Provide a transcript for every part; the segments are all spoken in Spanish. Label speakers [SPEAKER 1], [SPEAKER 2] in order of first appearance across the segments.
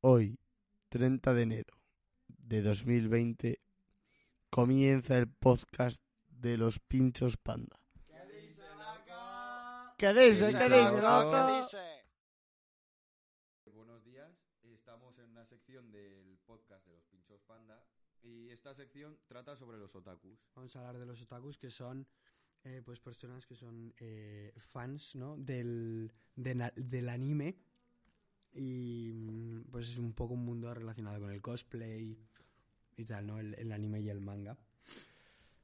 [SPEAKER 1] Hoy, 30 de enero de 2020, comienza el podcast de los pinchos panda. ¿Qué dice? ¿Qué dice, loco?
[SPEAKER 2] Buenos días, estamos en una sección del podcast de los Pinchos Panda y esta sección trata sobre los otakus.
[SPEAKER 3] Vamos a hablar de los otakus, que son eh, pues personas que son eh, fans ¿no? del, de na- del anime. Y mm, pues es un poco un mundo relacionado con el cosplay y tal, ¿no? El, el anime y el manga.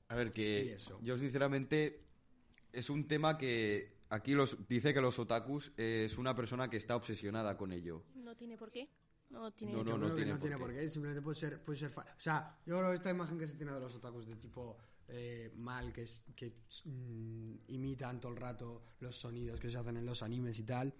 [SPEAKER 2] A ver,
[SPEAKER 3] Y
[SPEAKER 2] que
[SPEAKER 3] eso.
[SPEAKER 2] yo sinceramente es un tema que aquí los dice que los otakus es una persona que está obsesionada con ello.
[SPEAKER 4] No tiene por qué. No tiene
[SPEAKER 2] No, no,
[SPEAKER 3] Yo creo que
[SPEAKER 2] tiene
[SPEAKER 3] no
[SPEAKER 2] por
[SPEAKER 3] tiene
[SPEAKER 2] qué.
[SPEAKER 3] por qué, simplemente puede ser, puede ser fa- O sea, yo creo que esta imagen que se tiene de los otakus de tipo eh, mal, que, es, que mm, imitan todo el rato los sonidos que se hacen en los animes y tal,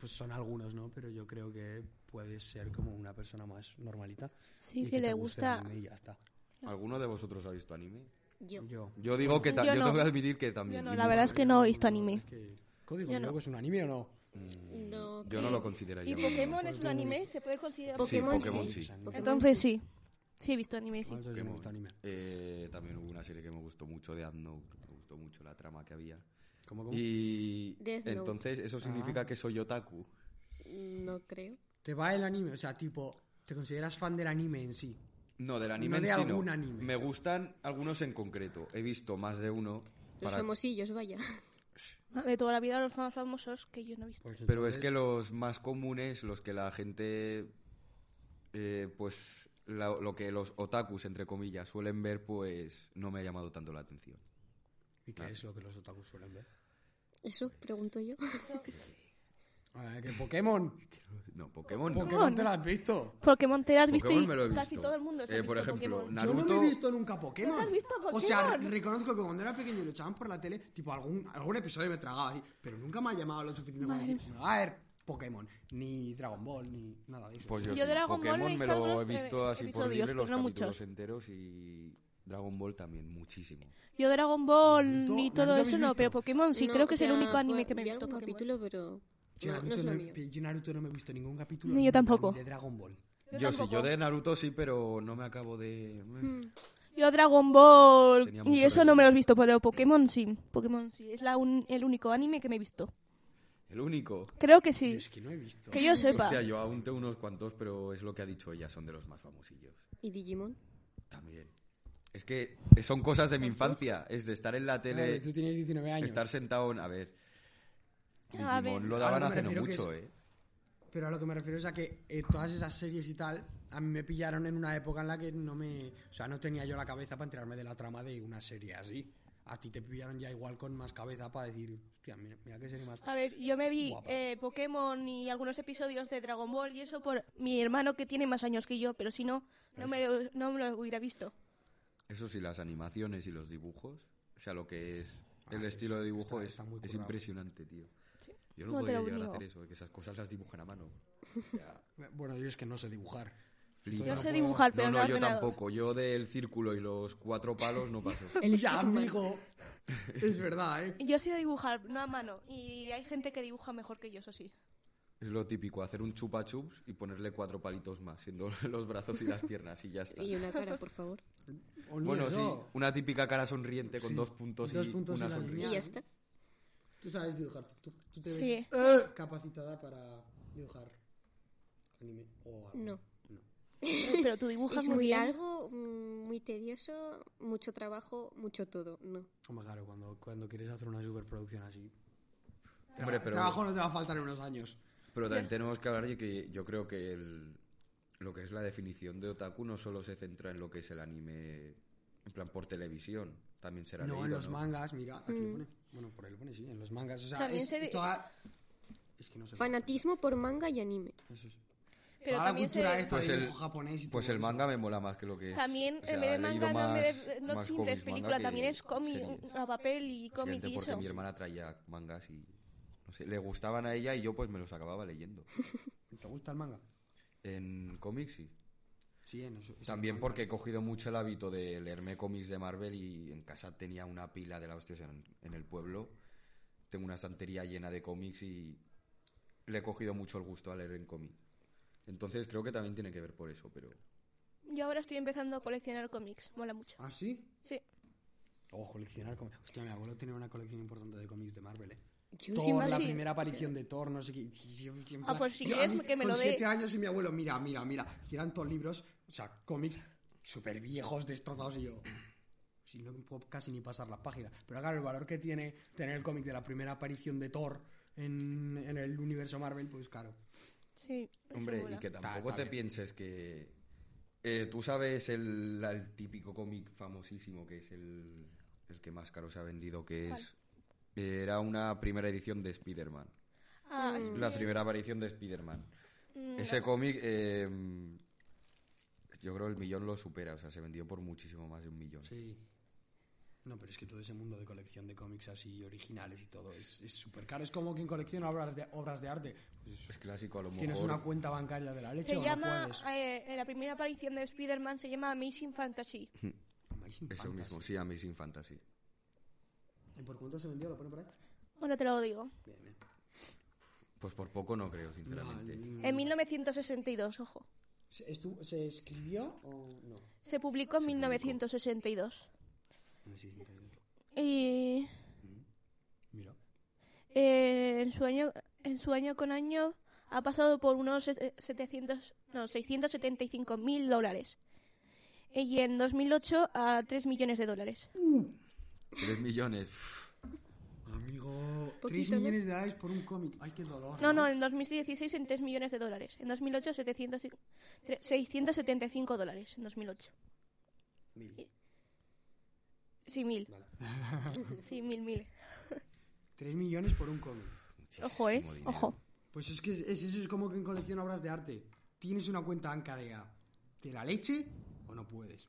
[SPEAKER 3] pues son algunos, ¿no? Pero yo creo que puede ser como una persona más normalita.
[SPEAKER 4] Sí,
[SPEAKER 3] y
[SPEAKER 4] que, le
[SPEAKER 3] te guste el
[SPEAKER 4] gusta.
[SPEAKER 3] anime Y ya está.
[SPEAKER 2] ¿Alguno de vosotros ha visto anime?
[SPEAKER 4] Yo.
[SPEAKER 3] Yo.
[SPEAKER 2] Yo digo que ta-
[SPEAKER 4] Yo
[SPEAKER 2] yo,
[SPEAKER 4] no.
[SPEAKER 2] tengo que admitir que también.
[SPEAKER 4] Yo no,
[SPEAKER 2] y
[SPEAKER 4] la
[SPEAKER 2] mucho.
[SPEAKER 4] verdad es que no he visto anime.
[SPEAKER 3] Es que- ¿Código
[SPEAKER 4] Yo
[SPEAKER 3] Lyoko
[SPEAKER 4] no.
[SPEAKER 3] es un anime o no?
[SPEAKER 5] No,
[SPEAKER 2] Mm, Yo no lo consideraría.
[SPEAKER 4] ¿Y
[SPEAKER 2] un anime.
[SPEAKER 4] Pokémon es un anime? ¿Se puede considerar
[SPEAKER 2] Sí,
[SPEAKER 5] Pokémon
[SPEAKER 2] Pokémon
[SPEAKER 5] sí.
[SPEAKER 2] sí.
[SPEAKER 5] Pokémon
[SPEAKER 4] Entonces sí. Sí, he visto anime, sí.
[SPEAKER 3] Vamos a ver si me
[SPEAKER 2] Pokémon.
[SPEAKER 3] gusta anime.
[SPEAKER 2] Eh, también hubo una serie que me gustó mucho de Death Note, me gustó mucho la trama que había.
[SPEAKER 3] ¿Cómo, cómo?
[SPEAKER 2] Y
[SPEAKER 5] Death Note.
[SPEAKER 2] entonces eso significa que soy otaku.
[SPEAKER 5] no creo.
[SPEAKER 3] ¿Te va el anime? O sea, tipo, ¿te consideras fan del anime en sí?
[SPEAKER 2] No, del anime
[SPEAKER 3] No de
[SPEAKER 2] en sí no.
[SPEAKER 3] algún anime.
[SPEAKER 2] Me gustan algunos en concreto. He visto más de uno.
[SPEAKER 5] Los
[SPEAKER 2] para-
[SPEAKER 5] famosillos, vaya.
[SPEAKER 4] Ah, De toda la vida los más famosos que yo no he visto.
[SPEAKER 3] Pues
[SPEAKER 2] Pero es
[SPEAKER 3] entonces-
[SPEAKER 2] que los más comunes, los que la gente, eh, pues la- lo que los otakus, entre comillas, suelen ver, pues no me ha llamado tanto la atención.
[SPEAKER 3] ¿Y qué es lo que los otakus suelen ver?
[SPEAKER 5] Eso pregunto yo.
[SPEAKER 3] Ah, que Pokémon.
[SPEAKER 2] No, Pokémon. no.
[SPEAKER 3] Pokémon te lo has visto.
[SPEAKER 4] Pokémon te has visto
[SPEAKER 2] Pokémon
[SPEAKER 4] y
[SPEAKER 2] me lo he
[SPEAKER 4] casi
[SPEAKER 2] visto.
[SPEAKER 4] todo el mundo se ha
[SPEAKER 2] Eh, por
[SPEAKER 4] visto
[SPEAKER 2] ejemplo,
[SPEAKER 4] Pokémon.
[SPEAKER 2] Naruto.
[SPEAKER 3] Yo no me he visto nunca Pokémon.
[SPEAKER 4] ¿No has visto
[SPEAKER 3] O sea,
[SPEAKER 4] Pokémon?
[SPEAKER 3] reconozco que cuando era pequeño y lo echaban por la tele, tipo algún, algún episodio me tragaba ahí, pero nunca me ha llamado lo suficiente como decir, "Me va a ver Pokémon, ni Dragon Ball, ni nada de eso.
[SPEAKER 2] Pues yo,
[SPEAKER 4] Yo
[SPEAKER 2] sí.
[SPEAKER 4] Dragon Ball me he
[SPEAKER 2] Pokémon me
[SPEAKER 4] visto
[SPEAKER 2] lo he
[SPEAKER 4] algunos
[SPEAKER 2] visto así por
[SPEAKER 4] episodios,
[SPEAKER 2] libre los
[SPEAKER 4] pero no
[SPEAKER 2] capítulos
[SPEAKER 4] muchos.
[SPEAKER 2] enteros y Dragon Ball también muchísimo.
[SPEAKER 4] Yo Dragon Ball
[SPEAKER 3] Naruto-
[SPEAKER 4] ni todo
[SPEAKER 3] Naruto
[SPEAKER 4] eso
[SPEAKER 3] habéis
[SPEAKER 4] no, pero
[SPEAKER 3] visto.
[SPEAKER 4] Pokémon sí,
[SPEAKER 5] No,
[SPEAKER 4] creo
[SPEAKER 5] o
[SPEAKER 4] que es el
[SPEAKER 5] sea,
[SPEAKER 4] único anime
[SPEAKER 5] bueno,
[SPEAKER 4] que me he
[SPEAKER 5] vi
[SPEAKER 4] visto
[SPEAKER 5] algún
[SPEAKER 4] Pokémon.
[SPEAKER 5] capítulo, pero
[SPEAKER 3] yo,
[SPEAKER 5] no,
[SPEAKER 3] Naruto
[SPEAKER 5] no es
[SPEAKER 3] no
[SPEAKER 5] lo
[SPEAKER 3] he-
[SPEAKER 5] mío.
[SPEAKER 3] yo Naruto no me he visto ningún capítulo.
[SPEAKER 4] Ni yo
[SPEAKER 3] nunca,
[SPEAKER 4] tampoco.
[SPEAKER 3] Ni de Dragon Ball.
[SPEAKER 2] Yo,
[SPEAKER 4] Yo
[SPEAKER 2] sí,
[SPEAKER 4] tampoco. Hmm.
[SPEAKER 2] yo de Naruto sí, pero no me acabo de...
[SPEAKER 4] Yo Dragon Ball
[SPEAKER 2] Tenía
[SPEAKER 4] y
[SPEAKER 2] mucho
[SPEAKER 4] eso no me
[SPEAKER 2] relleno.
[SPEAKER 4] lo he visto, pero Pokémon sí. Pokémon sí. Es la un- el único anime que me he visto.
[SPEAKER 2] El único.
[SPEAKER 4] Creo que
[SPEAKER 3] Yo
[SPEAKER 4] sí.
[SPEAKER 3] es que no he visto.
[SPEAKER 4] Que yo sepa.
[SPEAKER 2] Hostia, yo aún tengo unos cuantos, pero es lo que ha dicho ella, son de los más famosillos.
[SPEAKER 5] ¿Y Digimon?
[SPEAKER 2] También. Es que son cosas de mi infancia. Es de estar en la
[SPEAKER 3] Claro,
[SPEAKER 2] tele,
[SPEAKER 3] tú tienes 19 años.
[SPEAKER 2] estar sentado en... A ver.
[SPEAKER 4] A
[SPEAKER 2] Digimon
[SPEAKER 4] ver.
[SPEAKER 2] lo
[SPEAKER 3] Ahora
[SPEAKER 2] daban
[SPEAKER 3] me
[SPEAKER 2] hace no
[SPEAKER 3] refiero que
[SPEAKER 2] mucho,
[SPEAKER 3] es-
[SPEAKER 2] ¿eh?
[SPEAKER 3] Pero a lo que me refiero es a que eh, todas esas series y tal, a mí me pillaron en una época en la que no me. O sea, no tenía yo la cabeza para enterarme de la trama de una serie así. A ti te pillaron ya igual con más cabeza para decir, hostia, mira, mira qué serie más.
[SPEAKER 4] A ver, yo me vi
[SPEAKER 3] Guapa.
[SPEAKER 4] eh, Pokémon y algunos episodios de Dragon Ball y eso por mi hermano que tiene más años que yo, pero si no, no me lo, no me lo hubiera visto.
[SPEAKER 2] Eso sí, las animaciones y los dibujos. O sea, lo que es el estilo de dibujo
[SPEAKER 3] está-
[SPEAKER 2] es,
[SPEAKER 3] está muy
[SPEAKER 2] es
[SPEAKER 3] currado.
[SPEAKER 2] impresionante, tío. Yo no,
[SPEAKER 4] No te
[SPEAKER 2] podría
[SPEAKER 4] lo
[SPEAKER 2] llegar a
[SPEAKER 4] niego.
[SPEAKER 2] hacer eso, que esas cosas las dibujan a mano.
[SPEAKER 3] Bueno, yo es que no sé dibujar.
[SPEAKER 2] Flipa.
[SPEAKER 4] Yo
[SPEAKER 3] no
[SPEAKER 4] sé
[SPEAKER 3] puedo-
[SPEAKER 4] dibujar,
[SPEAKER 2] Pues No,
[SPEAKER 4] pero no,
[SPEAKER 2] no,
[SPEAKER 4] al
[SPEAKER 2] yo
[SPEAKER 4] ordenador.
[SPEAKER 2] tampoco. Yo del círculo y los cuatro palos no paso.
[SPEAKER 5] El
[SPEAKER 3] ya,
[SPEAKER 5] Stickman.
[SPEAKER 3] amigo. es verdad, ¿eh?
[SPEAKER 4] Yo sé dibujar, no a mano, y hay gente que dibuja mejor que yo, eso sí.
[SPEAKER 2] Es lo típico, hacer un chupa chups y ponerle cuatro palitos más, siendo los brazos y las piernas y ya está.
[SPEAKER 5] Y una cara, por favor.
[SPEAKER 3] O no,
[SPEAKER 2] Bueno, sí,
[SPEAKER 3] no.
[SPEAKER 2] una típica cara sonriente con
[SPEAKER 3] Sí,
[SPEAKER 2] dos puntos
[SPEAKER 3] dos
[SPEAKER 2] y
[SPEAKER 3] puntos
[SPEAKER 2] una
[SPEAKER 3] y la
[SPEAKER 5] Y
[SPEAKER 2] sonrisa.
[SPEAKER 3] línea.
[SPEAKER 5] ya
[SPEAKER 3] ¿no?
[SPEAKER 5] está.
[SPEAKER 3] Tú sabes dibujar. Tú, tú te
[SPEAKER 4] Sí.
[SPEAKER 3] ves eh, capacitada para dibujar anime o algo.
[SPEAKER 5] No.
[SPEAKER 4] Pero tú dibujas
[SPEAKER 5] Es
[SPEAKER 4] muy,
[SPEAKER 5] muy
[SPEAKER 4] bien.
[SPEAKER 5] largo, mm, muy tedioso, mucho trabajo, mucho todo. No.
[SPEAKER 3] Hombre, claro, cuando, cuando quieres hacer una superproducción así.
[SPEAKER 2] Hombre, pero-
[SPEAKER 3] Trabajo no te va a faltar en unos años.
[SPEAKER 2] Pero también tenemos que hablar de que yo creo que el- lo que es la definición de otaku no solo se centra en lo que es el anime, en plan por televisión, también será
[SPEAKER 3] No,
[SPEAKER 2] leído,
[SPEAKER 3] en los
[SPEAKER 2] ¿no?
[SPEAKER 3] mangas, mira, aquí lo pone. Bueno, por ahí lo pone, sí, en los mangas. O sea,
[SPEAKER 4] Mm. También
[SPEAKER 3] es
[SPEAKER 4] se di-
[SPEAKER 3] toda... Es que no sé.
[SPEAKER 5] Fanatismo por manga y anime.
[SPEAKER 3] Eso es.
[SPEAKER 4] Pero
[SPEAKER 3] toda
[SPEAKER 4] también
[SPEAKER 3] la cultura
[SPEAKER 4] se-
[SPEAKER 3] esta
[SPEAKER 2] Pues
[SPEAKER 3] de
[SPEAKER 2] el-
[SPEAKER 3] dibujo japonés y
[SPEAKER 2] Pues
[SPEAKER 3] todo
[SPEAKER 2] el
[SPEAKER 3] eso.
[SPEAKER 2] manga me mola más que lo que es.
[SPEAKER 4] También,
[SPEAKER 2] o sea,
[SPEAKER 4] en vez de
[SPEAKER 2] he leído
[SPEAKER 4] manga, no, me
[SPEAKER 2] más-
[SPEAKER 4] de- no
[SPEAKER 2] más
[SPEAKER 4] siempre es
[SPEAKER 2] cómics manga
[SPEAKER 4] película,
[SPEAKER 2] que
[SPEAKER 4] también es cómic,
[SPEAKER 2] series.
[SPEAKER 4] a papel y cómic
[SPEAKER 2] Siguiente,
[SPEAKER 4] y
[SPEAKER 2] porque
[SPEAKER 4] eso.
[SPEAKER 2] mi hermana traía mangas y no sé, le gustaban a ella y yo pues me los acababa leyendo.
[SPEAKER 3] ¿Te gusta el manga?
[SPEAKER 2] En cómics sí.
[SPEAKER 3] Pues Sí, en eso. es
[SPEAKER 2] También
[SPEAKER 3] el
[SPEAKER 2] porque he
[SPEAKER 3] manga.
[SPEAKER 2] cogido mucho el hábito de leerme cómics de Marvel y en casa tenía una pila de la hostia o sea, en, en el pueblo. Tengo una estantería llena de cómics y le he cogido mucho el gusto a leer en cómics. Entonces creo que también tiene que ver por eso, pero...
[SPEAKER 4] Yo ahora estoy empezando a coleccionar cómics, mola mucho.
[SPEAKER 3] ¿Ah, sí?
[SPEAKER 4] Sí,
[SPEAKER 3] Oh, coleccionar cómics. Hostia, mi abuelo tenía una colección importante de cómics de Marvel, ¿eh?
[SPEAKER 5] Yo
[SPEAKER 3] Thor,
[SPEAKER 5] siempre-
[SPEAKER 3] la
[SPEAKER 4] sí.
[SPEAKER 3] primera aparición de Thor, no sé qué. Siempre-
[SPEAKER 4] Ah, pues si
[SPEAKER 3] Yo, a
[SPEAKER 4] quieres
[SPEAKER 3] mí,
[SPEAKER 4] que me lo
[SPEAKER 3] con
[SPEAKER 4] dé.
[SPEAKER 3] siete años y mi abuelo, mira, mira, mira. Y eran todos libros, o sea, cómics súper viejos, destrozados y yo... Si no puedo casi ni pasar las páginas. Pero claro, el valor que tiene tener el cómic de la primera aparición de Thor en, en el universo Marvel, pues claro.
[SPEAKER 4] sí. eso
[SPEAKER 2] Hombre, y
[SPEAKER 4] mola.
[SPEAKER 2] que
[SPEAKER 3] Está-
[SPEAKER 2] tampoco
[SPEAKER 3] está
[SPEAKER 2] te
[SPEAKER 3] bien.
[SPEAKER 2] pienses que... eh, Tú sabes el, la- el típico cómic famosísimo que es el, el que más caro se ha vendido, que
[SPEAKER 4] ¿Cuál?
[SPEAKER 2] es... eh, Era una primera edición de Spider-Man.
[SPEAKER 4] Ah,
[SPEAKER 5] Mm.
[SPEAKER 4] es-
[SPEAKER 2] La primera aparición de Spider-Man.
[SPEAKER 4] mm,
[SPEAKER 2] Ese
[SPEAKER 4] no.
[SPEAKER 2] cómic, eh, yo creo el millón lo supera, o sea, se vendió por muchísimo más de un millón.
[SPEAKER 3] Sí. No, pero es que todo ese mundo de colección de cómics así originales y todo es es súper caro. Es como quien colecciona obras de, obras de arte. Pues,
[SPEAKER 2] Es clásico, a lo
[SPEAKER 3] Tienes
[SPEAKER 2] mejor.
[SPEAKER 3] una cuenta bancaria de la leche
[SPEAKER 4] Se
[SPEAKER 3] o no
[SPEAKER 4] llama,
[SPEAKER 3] puedes.
[SPEAKER 4] eh, en la primera aparición de Spider-Man se llama Amazing Fantasy.
[SPEAKER 3] Amazing
[SPEAKER 2] Eso
[SPEAKER 3] Fantasy.
[SPEAKER 2] mismo, sí, Amazing Fantasy.
[SPEAKER 3] ¿Y por cuánto se vendió? ¿Lo pone por ahí?
[SPEAKER 4] Ahora te lo digo.
[SPEAKER 3] Bien, bien.
[SPEAKER 2] Pues por poco no creo, sinceramente.
[SPEAKER 3] No,
[SPEAKER 4] En 1962, ojo.
[SPEAKER 3] ¿se, estu- ¿Se escribió o no?
[SPEAKER 4] Se publicó en 1962.
[SPEAKER 3] No, sí, sí, sí.
[SPEAKER 4] Y
[SPEAKER 3] Mm. Mira.
[SPEAKER 4] eh, en, su año, en su año con año ha pasado por unos se- 700, no, 675 mil dólares. Eh, Y en 2008 a 3 millones de dólares.
[SPEAKER 3] Uh.
[SPEAKER 2] Tres millones.
[SPEAKER 3] Amigo,
[SPEAKER 5] Poquito,
[SPEAKER 3] 3
[SPEAKER 5] ¿no?
[SPEAKER 3] millones de dólares por un cómic. Ay, qué dolor.
[SPEAKER 4] No, no, en 2016 en 3 millones de dólares. En 2008 700, y- tre- 675 dólares. En 2008.
[SPEAKER 3] Mil.
[SPEAKER 4] Sí, mil.
[SPEAKER 3] Vale.
[SPEAKER 4] Sí, mil, mil.
[SPEAKER 3] 3 millones por un cómic.
[SPEAKER 4] Ojo, ¿eh?
[SPEAKER 2] Muchísimo
[SPEAKER 4] Ojo.
[SPEAKER 3] Pues es que es- es- eso es como que en colección obras de arte. Tienes una cuenta bancaria de la leche o no puedes.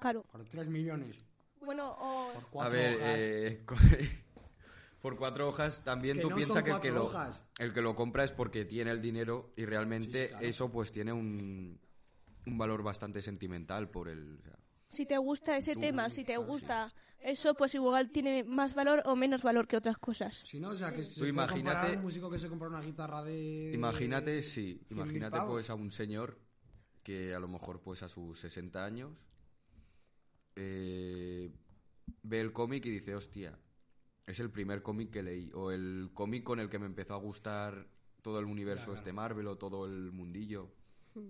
[SPEAKER 4] Claro.
[SPEAKER 3] Por 3 millones.
[SPEAKER 4] Bueno, o...
[SPEAKER 3] Por
[SPEAKER 2] A
[SPEAKER 3] cuatro
[SPEAKER 2] ver,
[SPEAKER 3] hojas.
[SPEAKER 2] eh, co- por cuatro hojas también
[SPEAKER 3] Que
[SPEAKER 2] tú
[SPEAKER 3] no
[SPEAKER 2] piensas
[SPEAKER 3] son
[SPEAKER 2] que el que,
[SPEAKER 3] cuatro
[SPEAKER 2] lo,
[SPEAKER 3] hojas.
[SPEAKER 2] el que lo compra es porque tiene el dinero y realmente
[SPEAKER 3] Sí, claro.
[SPEAKER 2] eso pues tiene un, un valor bastante sentimental por el... o sea,
[SPEAKER 4] si te gusta ese
[SPEAKER 2] Tú,
[SPEAKER 4] tema,
[SPEAKER 2] ¿no?
[SPEAKER 4] si te
[SPEAKER 2] Claro, sí.
[SPEAKER 4] gusta eso, pues igual tiene más valor o menos valor que otras cosas.
[SPEAKER 3] Si no, o sea, que se
[SPEAKER 2] Tú
[SPEAKER 3] puede
[SPEAKER 2] imagínate-
[SPEAKER 3] comparar a un músico que se compra una guitarra de...
[SPEAKER 2] Imagínate, sí,
[SPEAKER 3] 100.000
[SPEAKER 2] imagínate
[SPEAKER 3] Eh, pavos.
[SPEAKER 2] pues a un señor que a lo mejor pues a sus 60 años eh, ve el cómic y dice, hostia, es el primer cómic que leí, o el cómic con el que me empezó a gustar todo el universo
[SPEAKER 3] Claro,
[SPEAKER 2] este Marvel o todo el mundillo.
[SPEAKER 5] Mm.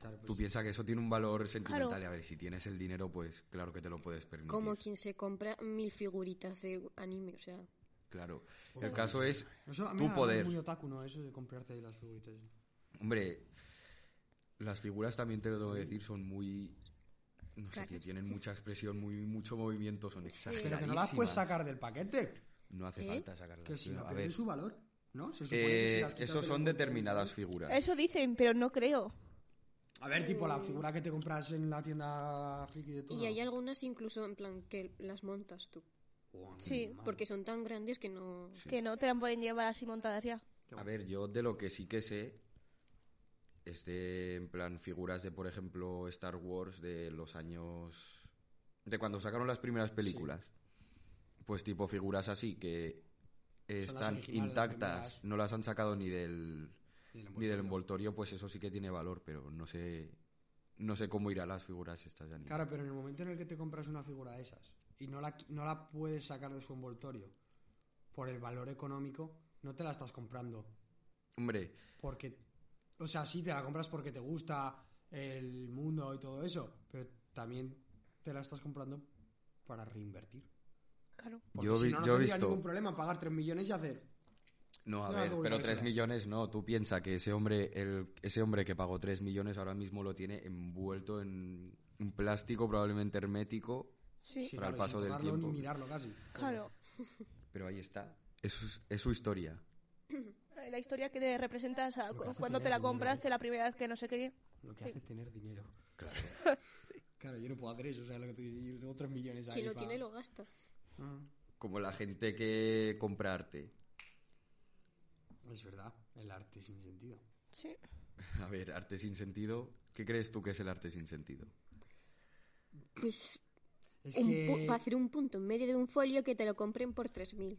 [SPEAKER 3] Claro, pues
[SPEAKER 2] Tú piensas que eso tiene un valor sentimental
[SPEAKER 4] Claro.
[SPEAKER 2] y a ver, si tienes el dinero, pues claro que te lo puedes permitir.
[SPEAKER 5] Como quien se compra mil figuritas de anime, o sea.
[SPEAKER 2] Claro. El caso es
[SPEAKER 3] Eso a mí
[SPEAKER 2] tú
[SPEAKER 3] me
[SPEAKER 2] poder...
[SPEAKER 3] Es muy otaku, ¿no? Eso de comprarte ahí las figuritas.
[SPEAKER 2] Hombre, las figuras también te lo tengo que decir, son muy. No sé, tío, tienen mucha expresión, muy mucho movimiento, son
[SPEAKER 3] Pero
[SPEAKER 2] exageradísimas.
[SPEAKER 3] que no las puedes sacar del paquete.
[SPEAKER 2] No hace
[SPEAKER 5] ¿Eh?
[SPEAKER 2] falta sacarlas.
[SPEAKER 3] Que si
[SPEAKER 2] tío,
[SPEAKER 3] no
[SPEAKER 2] a
[SPEAKER 3] pierden
[SPEAKER 2] ver,
[SPEAKER 3] su valor, ¿no? Se supone que si
[SPEAKER 2] eh,
[SPEAKER 3] las quitas
[SPEAKER 2] esos
[SPEAKER 3] del
[SPEAKER 2] son
[SPEAKER 3] contenido-
[SPEAKER 2] determinadas figuras.
[SPEAKER 4] Eso dicen, pero no creo.
[SPEAKER 3] A ver, tipo la figura que te compras en la tienda friki de todo.
[SPEAKER 5] Y hay algunas incluso en plan que las montas tú.
[SPEAKER 3] Guau,
[SPEAKER 4] Sí,
[SPEAKER 3] Oh, madre.
[SPEAKER 5] Porque son tan grandes que no.
[SPEAKER 4] Que no te la pueden llevar así montadas ya.
[SPEAKER 2] A ver, yo de lo que sí que sé es de, en plan, figuras de, por ejemplo, Star Wars de los años... De cuando sacaron las primeras películas. Pues tipo figuras así que eh,
[SPEAKER 3] Son las
[SPEAKER 2] están
[SPEAKER 3] originales, las
[SPEAKER 2] intactas,
[SPEAKER 3] primeras.
[SPEAKER 2] no las han sacado ni del,
[SPEAKER 3] Ni del
[SPEAKER 2] ni del envoltorio, pues eso sí que tiene valor, pero no sé no sé cómo irán las figuras estas de anime.
[SPEAKER 3] Claro, pero en el momento en el que te compras una figura de esas y no la, qui- no la puedes sacar de su envoltorio por el valor económico, no te la estás comprando.
[SPEAKER 2] Hombre,
[SPEAKER 3] Porque, o sea, sí te la compras porque te gusta el mundo y todo eso, pero también te la estás comprando para reinvertir.
[SPEAKER 4] Claro.
[SPEAKER 3] Porque
[SPEAKER 2] Yo
[SPEAKER 3] si
[SPEAKER 2] vi-
[SPEAKER 3] no, no
[SPEAKER 2] yo he
[SPEAKER 3] tendría
[SPEAKER 2] visto-
[SPEAKER 3] ningún problema en pagar 3 millones y hacer.
[SPEAKER 2] no, a
[SPEAKER 3] No,
[SPEAKER 2] ver,
[SPEAKER 3] no,
[SPEAKER 2] pero
[SPEAKER 3] no,
[SPEAKER 2] 3
[SPEAKER 3] no.
[SPEAKER 2] millones no, tú piensas que ese hombre el ese hombre que pagó 3 millones ahora mismo lo tiene envuelto en un plástico probablemente hermético,
[SPEAKER 4] Sí,
[SPEAKER 3] Sí,
[SPEAKER 2] Para el
[SPEAKER 3] claro, y
[SPEAKER 2] paso
[SPEAKER 3] sin
[SPEAKER 2] del
[SPEAKER 3] tocarlo
[SPEAKER 2] tiempo.
[SPEAKER 3] Ni mirarlo casi.
[SPEAKER 4] claro.
[SPEAKER 2] pero ahí está. Eso es, es su historia.
[SPEAKER 4] Eh, La historia que te representas a
[SPEAKER 3] Lo que
[SPEAKER 4] cu-
[SPEAKER 3] hace
[SPEAKER 4] cuando te
[SPEAKER 3] tener
[SPEAKER 4] la
[SPEAKER 3] dinero,
[SPEAKER 4] compraste la primera vez que no sé qué.
[SPEAKER 3] Lo que hace tener dinero. Claro. Claro, yo no puedo hacer eso, o sea, lo que tú dices, yo tengo 3 millones ahí.
[SPEAKER 5] Quien lo
[SPEAKER 3] pa-
[SPEAKER 5] tiene lo gasta.
[SPEAKER 3] Ah,
[SPEAKER 2] Como la gente que comprarte.
[SPEAKER 3] es verdad, el arte sin sentido.
[SPEAKER 4] Sí.
[SPEAKER 2] A ver, arte sin sentido. ¿Qué crees tú que es el arte sin sentido?
[SPEAKER 5] Pues
[SPEAKER 3] Es
[SPEAKER 5] un
[SPEAKER 3] que...
[SPEAKER 5] pu- para hacer un punto en medio de un folio que te lo compren por 3.000.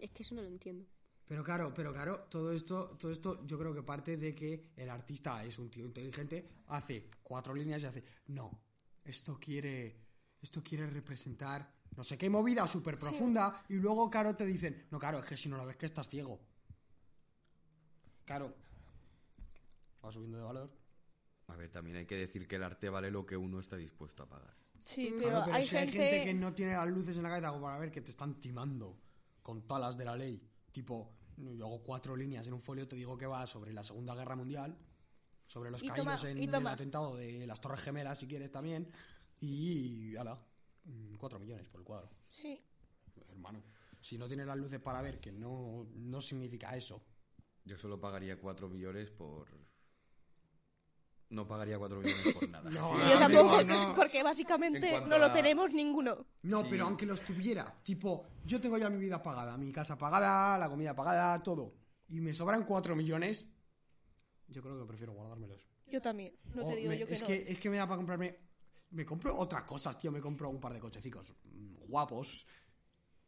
[SPEAKER 5] Es que eso no lo entiendo.
[SPEAKER 3] Pero claro, pero claro, todo esto, todo esto yo creo que parte de que el artista es un tío inteligente, hace cuatro líneas y hace, no, esto quiere, esto quiere representar no sé qué movida súper profunda y luego, claro, te dicen, no, claro, es que si no lo ves que estás ciego. Claro. Va subiendo de valor.
[SPEAKER 2] A ver, también hay que decir que el arte vale lo que uno está dispuesto a pagar.
[SPEAKER 4] Sí, pero,
[SPEAKER 5] Mm.
[SPEAKER 3] Claro, Ah, pero
[SPEAKER 4] hay,
[SPEAKER 3] si
[SPEAKER 4] gente...
[SPEAKER 3] hay gente que no tiene las luces en la cabeza como para ver que te están timando con talas de la ley. Tipo, yo hago cuatro líneas en un folio, te digo que va sobre la Segunda Guerra Mundial, sobre los
[SPEAKER 4] Y toma,
[SPEAKER 3] caídos en
[SPEAKER 4] y toma.
[SPEAKER 3] el atentado de las Torres Gemelas, si quieres también, y ala, mm, cuatro millones por el cuadro.
[SPEAKER 4] Sí,
[SPEAKER 3] Hermano, si no tienes las luces para ver que no, no significa eso.
[SPEAKER 2] Yo solo pagaría 4 millones por... No pagaría 4 millones por nada.
[SPEAKER 3] No,
[SPEAKER 2] Sí,
[SPEAKER 3] Ah, no,
[SPEAKER 2] a
[SPEAKER 4] yo
[SPEAKER 2] ver,
[SPEAKER 3] no,
[SPEAKER 4] tampoco,
[SPEAKER 3] no.
[SPEAKER 4] porque
[SPEAKER 2] En
[SPEAKER 4] básicamente
[SPEAKER 2] cuanto
[SPEAKER 4] no lo
[SPEAKER 2] a-
[SPEAKER 4] tenemos ninguno.
[SPEAKER 3] No,
[SPEAKER 2] Sí.
[SPEAKER 3] pero aunque los tuviera, tipo, yo tengo ya mi vida pagada, mi casa pagada, la comida pagada, todo, y me sobran cuatro millones, yo creo que prefiero guardármelos.
[SPEAKER 4] Yo también, no
[SPEAKER 3] O
[SPEAKER 4] te digo
[SPEAKER 3] Oh, me-
[SPEAKER 4] yo que
[SPEAKER 3] es
[SPEAKER 4] no.
[SPEAKER 3] que es que me da para comprarme me compro otras cosas tío me compro un par de cochecitos mm, guapos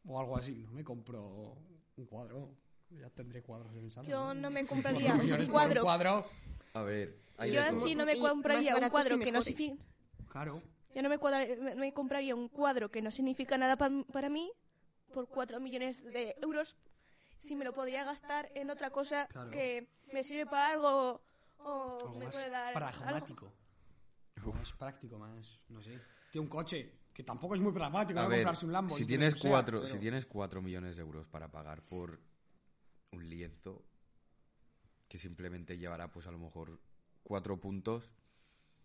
[SPEAKER 3] o algo así no me compro un cuadro ya tendré cuadros en el salón
[SPEAKER 4] Yo no me compraría
[SPEAKER 3] Cuatro
[SPEAKER 4] un
[SPEAKER 3] millones por
[SPEAKER 4] cuadro.
[SPEAKER 2] A ver, hay
[SPEAKER 4] Yo
[SPEAKER 2] de
[SPEAKER 4] en
[SPEAKER 2] todo.
[SPEAKER 4] sí no me
[SPEAKER 5] Y
[SPEAKER 4] compraría
[SPEAKER 5] más
[SPEAKER 4] un
[SPEAKER 5] baratos
[SPEAKER 4] cuadro
[SPEAKER 5] y
[SPEAKER 4] que no
[SPEAKER 5] mejores.
[SPEAKER 4] significa...
[SPEAKER 3] claro
[SPEAKER 4] Yo no me, cuadra- me- me compraría un cuadro que no significa nada pa- para mí por 4 millones de euros si me lo podría gastar en otra cosa
[SPEAKER 3] Claro.
[SPEAKER 4] que me sirve para algo o
[SPEAKER 3] algo
[SPEAKER 4] me
[SPEAKER 3] más
[SPEAKER 4] puede dar algo.
[SPEAKER 3] pragmático más práctico más no sé tío un coche que tampoco es muy pragmático
[SPEAKER 2] A
[SPEAKER 3] no
[SPEAKER 2] ver,
[SPEAKER 3] comprarse un Lambo
[SPEAKER 2] si
[SPEAKER 3] y
[SPEAKER 2] tienes,
[SPEAKER 3] lo que sea,
[SPEAKER 2] cuatro,
[SPEAKER 3] pero-
[SPEAKER 2] si tienes 4 millones de euros para pagar por un lienzo que simplemente llevará, pues a lo mejor, 4 puntos,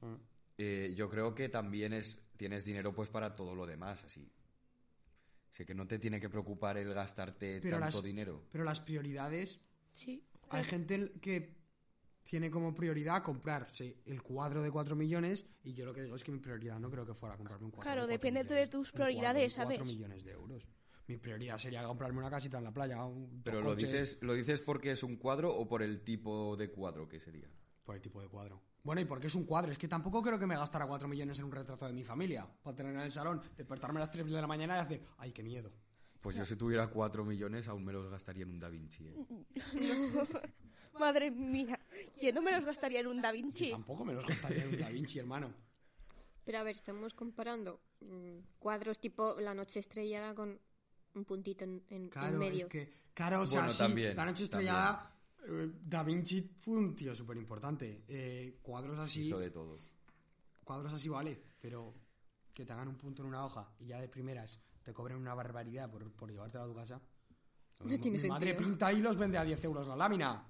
[SPEAKER 3] Mm.
[SPEAKER 2] eh, yo creo que también es tienes dinero pues para todo lo demás, así. Sé que no te tiene que preocupar el gastarte
[SPEAKER 3] Pero
[SPEAKER 2] tanto
[SPEAKER 3] las-
[SPEAKER 2] dinero.
[SPEAKER 3] pero las prioridades
[SPEAKER 4] Sí.
[SPEAKER 3] Hay gente que tiene como prioridad comprarse el cuadro de 4 millones y yo lo que digo es que mi prioridad no creo que fuera comprarme un cuadro.
[SPEAKER 4] Claro,
[SPEAKER 3] de cuatro
[SPEAKER 4] depende de
[SPEAKER 3] millones,
[SPEAKER 4] tus
[SPEAKER 3] un cuadro de
[SPEAKER 4] prioridades,
[SPEAKER 3] cuatro
[SPEAKER 4] ¿sabes?
[SPEAKER 3] millones de euros. Mi prioridad sería comprarme una casita en la playa, un
[SPEAKER 2] Pero
[SPEAKER 3] dos
[SPEAKER 2] lo
[SPEAKER 3] coches,
[SPEAKER 2] dices, lo dices porque es un cuadro o por el tipo de cuadro que sería.
[SPEAKER 3] por el tipo de cuadro. Bueno, y porque es un cuadro, es que tampoco creo que me gastara 4 millones en un retrato de mi familia para tener en el salón, despertarme a las 3 de la mañana y hacer, ay, qué miedo.
[SPEAKER 2] Pues yo si tuviera 4 millones aún me los gastaría en un Da Vinci. ¿eh?
[SPEAKER 4] Madre mía, yo no me los gastaría en un Da
[SPEAKER 3] Yo
[SPEAKER 4] Vinci.
[SPEAKER 3] tampoco me los gastaría en un Da Vinci, hermano.
[SPEAKER 5] Pero a ver, estamos comparando mm, cuadros tipo La noche estrellada con un puntito en, en- en
[SPEAKER 3] Claro,
[SPEAKER 5] medio.
[SPEAKER 3] es que, claro, o sea,
[SPEAKER 2] Bueno,
[SPEAKER 3] sí,
[SPEAKER 2] también,
[SPEAKER 3] la noche
[SPEAKER 2] también.
[SPEAKER 3] estrellada, eh, Da Vinci fue un tío súper importante. Eh, cuadros así,
[SPEAKER 2] Hizo de todo.
[SPEAKER 3] cuadros así vale, pero que te hagan un punto en una hoja y ya de primeras te cobren una barbaridad por, por llevártelo a tu casa. Mi-
[SPEAKER 5] tiene
[SPEAKER 3] Mi madre
[SPEAKER 5] sentido.
[SPEAKER 3] pinta y los vende a 10 euros la lámina.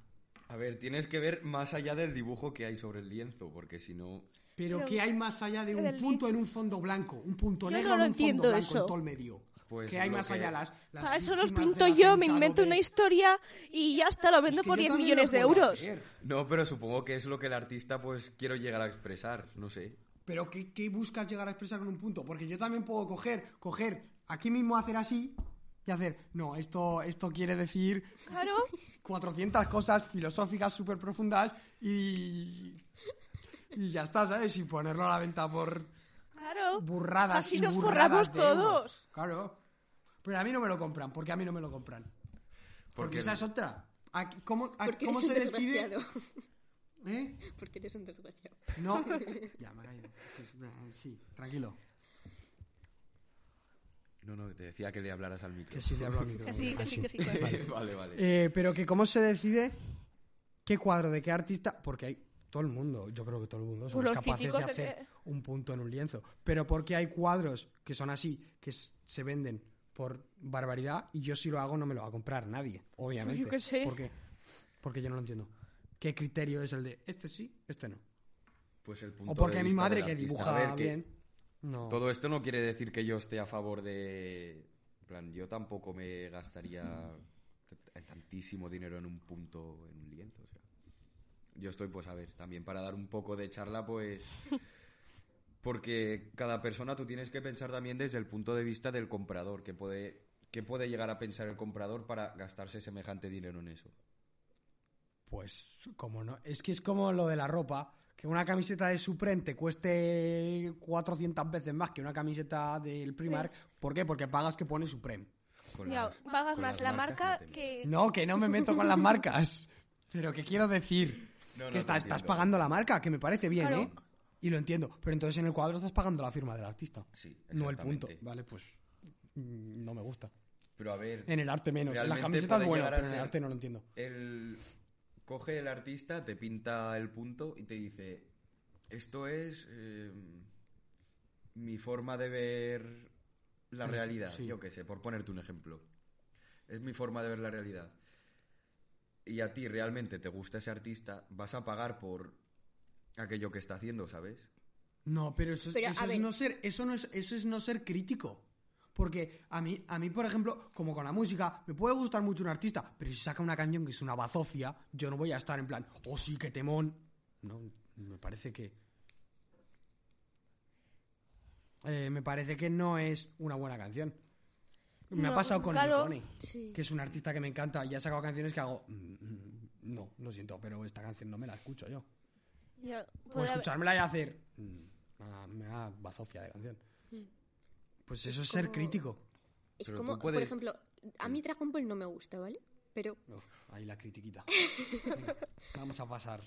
[SPEAKER 2] A ver, tienes que ver más allá del dibujo que hay sobre el lienzo, porque si no...
[SPEAKER 3] Pero,
[SPEAKER 4] Pero-
[SPEAKER 3] ¿qué hay más allá de un
[SPEAKER 4] del-
[SPEAKER 3] punto en un fondo blanco? Un punto
[SPEAKER 4] Yo
[SPEAKER 3] negro
[SPEAKER 4] no
[SPEAKER 3] en
[SPEAKER 4] lo
[SPEAKER 3] un
[SPEAKER 4] entiendo
[SPEAKER 3] fondo blanco
[SPEAKER 4] eso.
[SPEAKER 3] en todo el medio.
[SPEAKER 2] Pues
[SPEAKER 3] ¿Qué hay
[SPEAKER 2] lo
[SPEAKER 3] más
[SPEAKER 2] que-
[SPEAKER 3] a allá? Las, las
[SPEAKER 4] Para eso los
[SPEAKER 3] víctimas
[SPEAKER 4] pinto
[SPEAKER 3] del
[SPEAKER 4] yo, me
[SPEAKER 3] atentado
[SPEAKER 4] invento
[SPEAKER 3] de-
[SPEAKER 4] una historia y ya está, lo vendo
[SPEAKER 3] Es que
[SPEAKER 4] por
[SPEAKER 3] yo
[SPEAKER 4] 10
[SPEAKER 3] también
[SPEAKER 4] millones
[SPEAKER 3] lo ¿eh?
[SPEAKER 4] de
[SPEAKER 3] puedo
[SPEAKER 4] euros.
[SPEAKER 3] hacer.
[SPEAKER 2] No, pero supongo que es lo que el artista pues quiero llegar a expresar, no sé.
[SPEAKER 3] Pero ¿qué, qué buscas llegar a expresar con un punto? Porque yo también puedo coger, coger, aquí mismo hacer así y hacer, no, esto, esto quiere decir
[SPEAKER 4] Claro,
[SPEAKER 3] 400 cosas filosóficas súper profundas y... Y ya está, ¿sabes? Y ponerlo a la venta por
[SPEAKER 4] claro.
[SPEAKER 3] burradas
[SPEAKER 4] Así
[SPEAKER 3] y
[SPEAKER 4] nos
[SPEAKER 3] burradas
[SPEAKER 4] forramos
[SPEAKER 3] de euros.
[SPEAKER 4] todos.
[SPEAKER 3] Claro. Pero a mí no me lo compran, porque a mí no me lo compran. Porque
[SPEAKER 2] Porque-
[SPEAKER 3] esa es otra. Aquí- ¿Cómo, a-
[SPEAKER 5] Porque
[SPEAKER 3] cómo
[SPEAKER 5] eres
[SPEAKER 3] se
[SPEAKER 5] un
[SPEAKER 3] decide?
[SPEAKER 5] desgraciado.
[SPEAKER 3] ¿Eh?
[SPEAKER 5] Porque eres un desgraciado.
[SPEAKER 3] No. ya, me ha caído. Sí, tranquilo.
[SPEAKER 2] No, no, te decía que le hablaras al micro.
[SPEAKER 3] Que sí le hablo al micrófono.
[SPEAKER 4] Que sí, que sí, que sí. claro.
[SPEAKER 2] vale, vale.
[SPEAKER 3] Eh, pero que cómo se decide qué cuadro de qué artista, porque hay todo el mundo, yo creo que todo el mundo somos
[SPEAKER 4] los
[SPEAKER 3] capaces de
[SPEAKER 4] críticos de-
[SPEAKER 3] hacer un punto en un lienzo, pero porque hay cuadros que son así, que s- se venden por barbaridad y yo si lo hago no me lo va a comprar nadie, obviamente,
[SPEAKER 4] Yo qué sé.
[SPEAKER 3] porque porque yo no lo entiendo. ¿Qué criterio es el de este sí, este no?
[SPEAKER 2] Pues el punto
[SPEAKER 3] O porque
[SPEAKER 2] de
[SPEAKER 3] mi
[SPEAKER 2] vista
[SPEAKER 3] madre
[SPEAKER 2] del
[SPEAKER 3] que
[SPEAKER 2] artista.
[SPEAKER 3] dibuja
[SPEAKER 2] A ver, que
[SPEAKER 3] bien. No.
[SPEAKER 2] Todo esto no quiere decir que yo esté a favor de... En plan, yo tampoco me gastaría t- tantísimo dinero en un punto, en un lienzo. o sea. Yo estoy, pues, a ver, también para dar un poco de charla, pues... Porque cada persona tú tienes que pensar también desde el punto de vista del comprador, que puede, que puede llegar a pensar el comprador para gastarse semejante dinero en eso.
[SPEAKER 3] Pues como no, es que es como lo de la ropa, que una camiseta de Supreme te cueste 400 veces más que una camiseta del Primark, ¿por qué? Porque pagas que pone Supreme.
[SPEAKER 2] Con
[SPEAKER 4] Mira,
[SPEAKER 2] las-
[SPEAKER 4] pagas
[SPEAKER 2] con
[SPEAKER 4] más
[SPEAKER 2] las
[SPEAKER 4] la
[SPEAKER 2] marcas
[SPEAKER 4] marca
[SPEAKER 2] no te
[SPEAKER 4] que...
[SPEAKER 3] No, que no me meto con las marcas. Pero que quiero decir
[SPEAKER 2] No, no,
[SPEAKER 3] que
[SPEAKER 2] te
[SPEAKER 3] está- estás
[SPEAKER 2] entiendo.
[SPEAKER 3] pagando la marca, que me parece bien,
[SPEAKER 4] Claro.
[SPEAKER 3] ¿eh? Y lo entiendo. Pero entonces en el cuadro estás pagando la firma del artista.
[SPEAKER 2] Sí,
[SPEAKER 3] No el punto.
[SPEAKER 2] exactamente.
[SPEAKER 3] Vale, pues mm, no me gusta.
[SPEAKER 2] Pero a ver,
[SPEAKER 3] En el arte menos. En las
[SPEAKER 2] Realmente
[SPEAKER 3] camisetas
[SPEAKER 2] puede
[SPEAKER 3] bueno,
[SPEAKER 2] llegar a
[SPEAKER 3] pero en el
[SPEAKER 2] ser-
[SPEAKER 3] arte no lo entiendo.
[SPEAKER 2] el... coge el artista, te pinta el punto y te dice, esto es eh, mi forma de ver la realidad,
[SPEAKER 3] sí.
[SPEAKER 2] yo qué sé, por ponerte un ejemplo. Es mi forma de ver la realidad. Y a ti realmente te gusta ese artista, vas a pagar por aquello que está haciendo, ¿sabes?
[SPEAKER 3] No, pero eso, es-
[SPEAKER 5] Pero,
[SPEAKER 3] eso
[SPEAKER 5] a
[SPEAKER 3] es
[SPEAKER 5] ver.
[SPEAKER 3] no ser, eso no es, eso es no ser crítico. Porque a mí, a mí, por ejemplo, como con la música, me puede gustar mucho un artista, pero si saca una canción que es una bazofia, yo no voy a estar en plan, oh sí, qué temón. No, me parece que. Eh, me parece que no es una buena canción. Me ha
[SPEAKER 4] No,
[SPEAKER 3] pasado con
[SPEAKER 4] claro.
[SPEAKER 3] Nicone,
[SPEAKER 5] Sí.
[SPEAKER 3] que es un artista que me encanta y ha sacado canciones que hago. "Mm, mm, no, lo siento, pero esta canción no me la escucho yo.
[SPEAKER 4] Ya,
[SPEAKER 3] O
[SPEAKER 4] puede haber-
[SPEAKER 3] Pues escuchármela y hacer. "Mm, ah, Me da bazofia de canción. Pues eso es ser
[SPEAKER 5] como-
[SPEAKER 3] crítico.
[SPEAKER 5] Es
[SPEAKER 2] Pero
[SPEAKER 5] como,
[SPEAKER 2] tú puedes-
[SPEAKER 5] por ejemplo, a mí Dragon Ball no me gusta, ¿vale? Pero,
[SPEAKER 3] Uf, ahí la critiquita. Venga, vamos a pasar.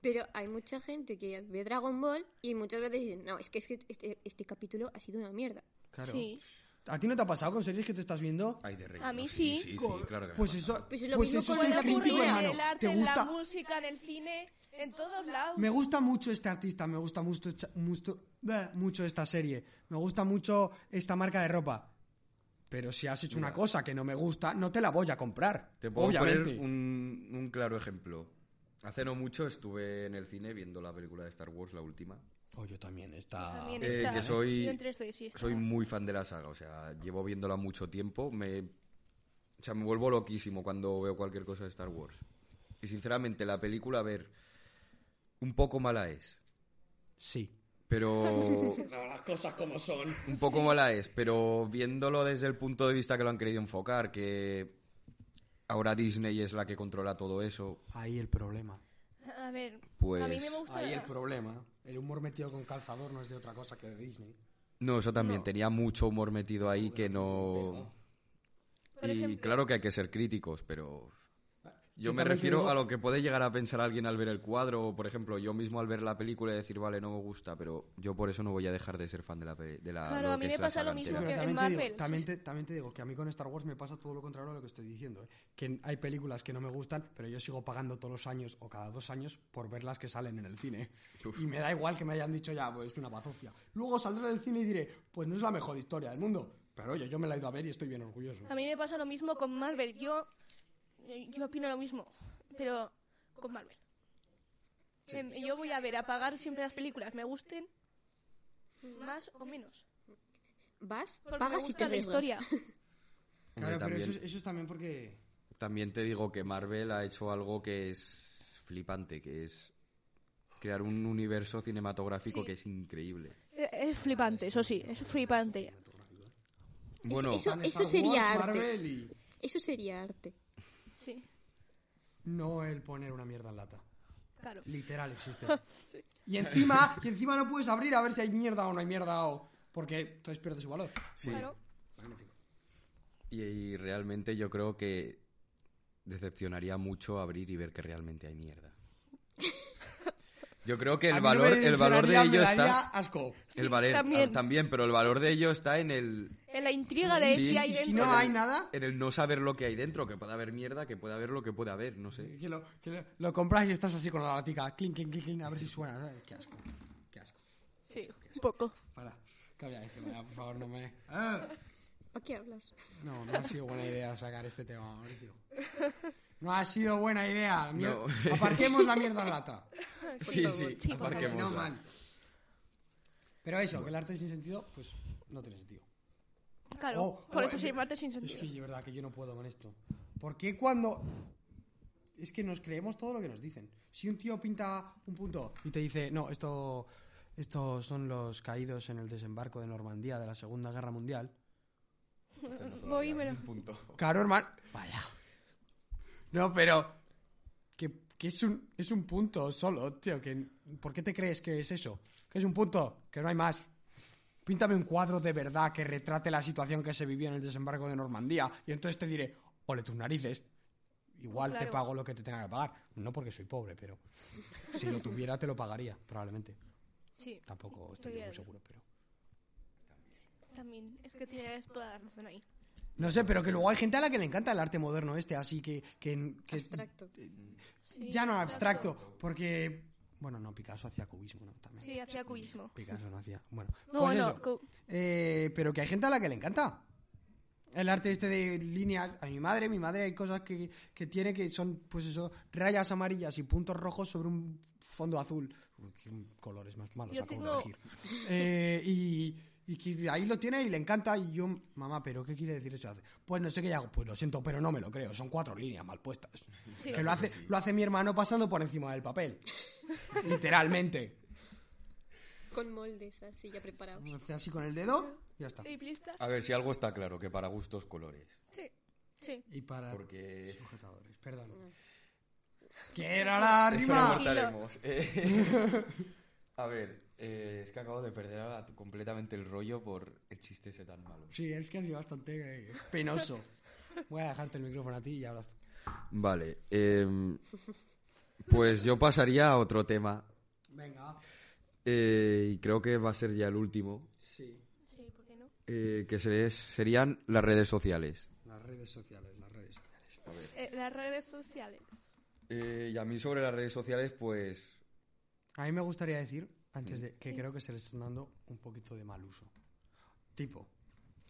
[SPEAKER 5] pero hay mucha gente que ve Dragon Ball y muchas veces dicen, no, es que, es que este, este capítulo ha sido una mierda.
[SPEAKER 3] Claro.
[SPEAKER 4] Sí.
[SPEAKER 3] ¿A ti no te ha pasado con series que te estás viendo?
[SPEAKER 2] Ay, de relleno,
[SPEAKER 4] A mí sí.
[SPEAKER 2] Sí, sí,
[SPEAKER 3] Co-
[SPEAKER 2] claro que me
[SPEAKER 3] pues
[SPEAKER 2] ha
[SPEAKER 3] eso,
[SPEAKER 2] pasado.
[SPEAKER 5] Pues es lo
[SPEAKER 3] pues
[SPEAKER 5] mismo
[SPEAKER 3] eso es
[SPEAKER 5] con
[SPEAKER 3] ser
[SPEAKER 5] la
[SPEAKER 3] crítico,
[SPEAKER 5] porquería.
[SPEAKER 3] hermano.
[SPEAKER 4] En el arte,
[SPEAKER 3] ¿Te
[SPEAKER 4] en
[SPEAKER 3] gusta?
[SPEAKER 4] la música, en el cine, en todos lados.
[SPEAKER 3] Me gusta mucho este artista, me gusta mucho, esta- mucho, bleh, mucho esta serie, me gusta mucho esta marca de ropa. Pero si has hecho una
[SPEAKER 2] Mira.
[SPEAKER 3] cosa que no me gusta, no te la voy a comprar.
[SPEAKER 2] Te puedo
[SPEAKER 3] obviamente.
[SPEAKER 2] poner un, un claro ejemplo. Hace no mucho estuve en el cine viendo la película de Star Wars, la última.
[SPEAKER 3] Oh, yo también, está...
[SPEAKER 4] También
[SPEAKER 2] Eh,
[SPEAKER 4] está.
[SPEAKER 2] que soy-
[SPEAKER 4] Yo en 3D, sí, está.
[SPEAKER 2] Soy muy fan de la saga, o sea, llevo viéndola mucho tiempo. Me, o sea, me vuelvo loquísimo cuando veo cualquier cosa de Star Wars. Y sinceramente, la película, a ver, un poco mala es.
[SPEAKER 3] Sí.
[SPEAKER 2] Pero.
[SPEAKER 3] las cosas como son.
[SPEAKER 2] Un poco mala es, pero viéndolo desde el punto de vista que lo han querido enfocar, que ahora Disney es la que controla todo eso,
[SPEAKER 3] Ahí el problema.
[SPEAKER 4] A ver, a mí
[SPEAKER 2] Pues-
[SPEAKER 4] me gusta...
[SPEAKER 3] Ahí el problema. El humor metido con calzador no es de otra cosa que de Disney.
[SPEAKER 2] No, eso también. Tenía mucho humor metido ahí que no.
[SPEAKER 4] Por
[SPEAKER 2] Y
[SPEAKER 4] ejemplo-
[SPEAKER 2] claro que hay que ser críticos, pero. Yo me
[SPEAKER 3] también te
[SPEAKER 2] refiero
[SPEAKER 3] digo-
[SPEAKER 2] a lo que puede llegar a pensar alguien al ver el cuadro, o por ejemplo, yo mismo al ver la película y decir, vale, no me gusta, pero yo por eso no voy a dejar de ser fan de la. pe- De la
[SPEAKER 4] Claro,
[SPEAKER 2] lo
[SPEAKER 4] a mí
[SPEAKER 2] que
[SPEAKER 4] me
[SPEAKER 2] es la
[SPEAKER 4] pasa
[SPEAKER 2] saga
[SPEAKER 4] lo mismo
[SPEAKER 2] entera.
[SPEAKER 4] que- en
[SPEAKER 3] también, te digo,
[SPEAKER 4] Marvel,
[SPEAKER 3] también, te, también te digo que a mí con Star Wars me pasa todo lo contrario a lo que estoy diciendo. ¿eh? Que hay películas que no me gustan, pero yo sigo pagando todos los años o cada dos años por ver las que salen en el cine. Y me da igual que me hayan dicho ya, pues es una bazofia. Luego saldré del cine y diré, pues no es la mejor historia del mundo. Pero oye, yo me la he ido a ver y estoy bien orgulloso.
[SPEAKER 4] A mí me pasa lo mismo con Marvel. Yo, yo opino lo mismo, pero con Marvel. Em, Yo voy a ver, a pagar siempre las películas, me gusten más o menos.
[SPEAKER 5] Vas,
[SPEAKER 4] Porque me
[SPEAKER 5] pagas y
[SPEAKER 4] gusta
[SPEAKER 5] te
[SPEAKER 4] la
[SPEAKER 5] arriesgas.
[SPEAKER 4] historia.
[SPEAKER 2] Hombre,
[SPEAKER 3] Claro, pero
[SPEAKER 2] también-
[SPEAKER 3] eso, es- eso es también porque...
[SPEAKER 2] También te digo que Marvel ha hecho algo que es flipante, que es crear un universo cinematográfico
[SPEAKER 4] Sí.
[SPEAKER 2] que es increíble.
[SPEAKER 4] Eh, Es flipante, eso sí, es flipante.
[SPEAKER 2] Bueno,
[SPEAKER 5] eso-
[SPEAKER 3] Sale Star
[SPEAKER 5] sería
[SPEAKER 3] Wars,
[SPEAKER 5] arte.
[SPEAKER 3] Marvel y-
[SPEAKER 5] Eso sería arte.
[SPEAKER 4] Sí,
[SPEAKER 3] No el poner una mierda en lata.
[SPEAKER 4] claro.
[SPEAKER 3] Literal existe. Y encima, y encima no puedes abrir a ver si hay mierda o no hay mierda o. Porque entonces pierde su valor.
[SPEAKER 4] Claro.
[SPEAKER 2] Y, y realmente yo creo que decepcionaría mucho abrir y ver que realmente hay mierda. Yo creo que
[SPEAKER 3] A
[SPEAKER 2] el
[SPEAKER 3] mí no me
[SPEAKER 2] valor, el valor de
[SPEAKER 3] decepcionaría,
[SPEAKER 2] ello
[SPEAKER 3] me daría
[SPEAKER 2] está.
[SPEAKER 3] asco.
[SPEAKER 2] El
[SPEAKER 4] Sí,
[SPEAKER 2] valer- ah, también.
[SPEAKER 4] también.
[SPEAKER 2] pero el valor de ello está en el,
[SPEAKER 4] En la intriga de
[SPEAKER 2] Sí.
[SPEAKER 4] si hay
[SPEAKER 3] y si
[SPEAKER 4] dentro.
[SPEAKER 3] no hay nada,
[SPEAKER 2] en el no saber lo que hay dentro, que pueda haber mierda, que pueda haber lo que pueda haber, no sé.
[SPEAKER 3] que lo, que lo- lo compras y estás así con la latica. Clink, clink, clink, clink, a ver si suena. ¿sabes? Qué asco. Qué asco.
[SPEAKER 4] Sí, un poco.
[SPEAKER 3] Para. Cambia esto, venga, por favor, no me. ¡Ah!
[SPEAKER 5] ¿A qué hablas?
[SPEAKER 3] No, no ha sido buena idea sacar este tema, Mauricio. No ha sido buena idea. Mier-
[SPEAKER 2] No.
[SPEAKER 3] Aparquemos la mierda en lata.
[SPEAKER 2] Sí,
[SPEAKER 5] favor,
[SPEAKER 2] sí,
[SPEAKER 4] sí, por favor.
[SPEAKER 3] Porque si no,
[SPEAKER 2] aparquémosla.
[SPEAKER 3] mal. Pero eso, que el arte sin sentido, pues no tiene sentido.
[SPEAKER 4] Claro,
[SPEAKER 3] Oh,
[SPEAKER 4] por
[SPEAKER 3] oh,
[SPEAKER 4] eso
[SPEAKER 3] eh,
[SPEAKER 4] se Marte sin
[SPEAKER 3] Es
[SPEAKER 4] sentido.
[SPEAKER 3] que de verdad que yo no puedo con esto. ¿Por qué cuando.? Es que nos creemos todo lo que nos dicen. Si un tío pinta un punto y te dice, no, esto. Estos son los caídos en el desembarco de Normandía de la Segunda Guerra Mundial.
[SPEAKER 4] Voy y me lo-
[SPEAKER 3] Claro, hermano. Vaya. No, pero. Que, que es, un, es un punto solo, tío. Que, ¿Por qué te crees que es eso? Que es un punto, que no hay más. píntame un cuadro de verdad que retrate la situación que se vivió en el desembarco de Normandía y entonces te diré, ole tus narices, igual te
[SPEAKER 4] Claro.
[SPEAKER 3] pago lo que te tenga que pagar. No porque soy pobre, pero si lo tuviera te lo pagaría, probablemente.
[SPEAKER 4] Sí,
[SPEAKER 3] Tampoco estoy
[SPEAKER 4] Podría
[SPEAKER 3] muy
[SPEAKER 4] ser.
[SPEAKER 3] seguro, pero...
[SPEAKER 4] también. Es que tienes toda la razón ahí.
[SPEAKER 3] No sé, pero que luego hay gente a la que le encanta el arte moderno este, así que... que, que-
[SPEAKER 5] Abstracto.
[SPEAKER 4] Sí,
[SPEAKER 3] ya no abstracto, porque... Bueno, no, Picasso hacía cubismo, ¿no? También.
[SPEAKER 4] Sí, hacía cubismo.
[SPEAKER 3] Picasso no hacía. Bueno,
[SPEAKER 4] No,
[SPEAKER 3] pues
[SPEAKER 4] no,
[SPEAKER 3] eso.
[SPEAKER 4] cu-
[SPEAKER 3] Eh, pero que hay gente a la que le encanta. El arte este de líneas. A mi madre, mi madre hay cosas que, que tiene que son, pues eso, rayas amarillas y puntos rojos sobre un fondo azul. Uy, qué colores más malos
[SPEAKER 4] Yo
[SPEAKER 3] acabo de
[SPEAKER 4] tengo-
[SPEAKER 3] elegir. Eh, y, y que ahí lo tiene y le encanta. Y yo, mamá, ¿pero qué quiere decir eso? Pues no sé qué hago. Pues lo siento, pero no me lo creo. Son cuatro líneas mal puestas.
[SPEAKER 4] Sí.
[SPEAKER 3] Que lo hace, lo hace mi hermano pasando por encima del papel. Literalmente.
[SPEAKER 5] Con moldes así ya preparados.
[SPEAKER 3] Hace así con el dedo, ya está.
[SPEAKER 4] ¿Y plistas?
[SPEAKER 2] A ver, si algo está claro, que para gustos colores.
[SPEAKER 4] Sí. Sí.
[SPEAKER 3] Y para
[SPEAKER 2] Porque
[SPEAKER 3] sujetadores, perdón. ¡Que era la
[SPEAKER 2] eso lo
[SPEAKER 3] rima!
[SPEAKER 4] corta-
[SPEAKER 2] cortaremos. Eh, a ver, eh, es que acabo de perder ahora completamente el rollo por el chiste ese tan malo.
[SPEAKER 3] Sí, es que ha sido bastante eh, penoso. Voy a dejarte el micrófono a ti y hablas. tú.
[SPEAKER 2] Vale, em, pues yo pasaría a otro tema.
[SPEAKER 3] Venga.
[SPEAKER 2] eh, y creo que va a ser ya el último.
[SPEAKER 3] Sí,
[SPEAKER 4] Sí, ¿por qué no?
[SPEAKER 2] eh, que se- serían las redes sociales.
[SPEAKER 3] las redes sociales, las redes sociales.
[SPEAKER 4] Eh, las redes sociales.
[SPEAKER 2] Eh, y a mí sobre las redes sociales, pues
[SPEAKER 3] A mí me gustaría decir, antes de que creo que se les están dando un poquito de mal uso. Tipo,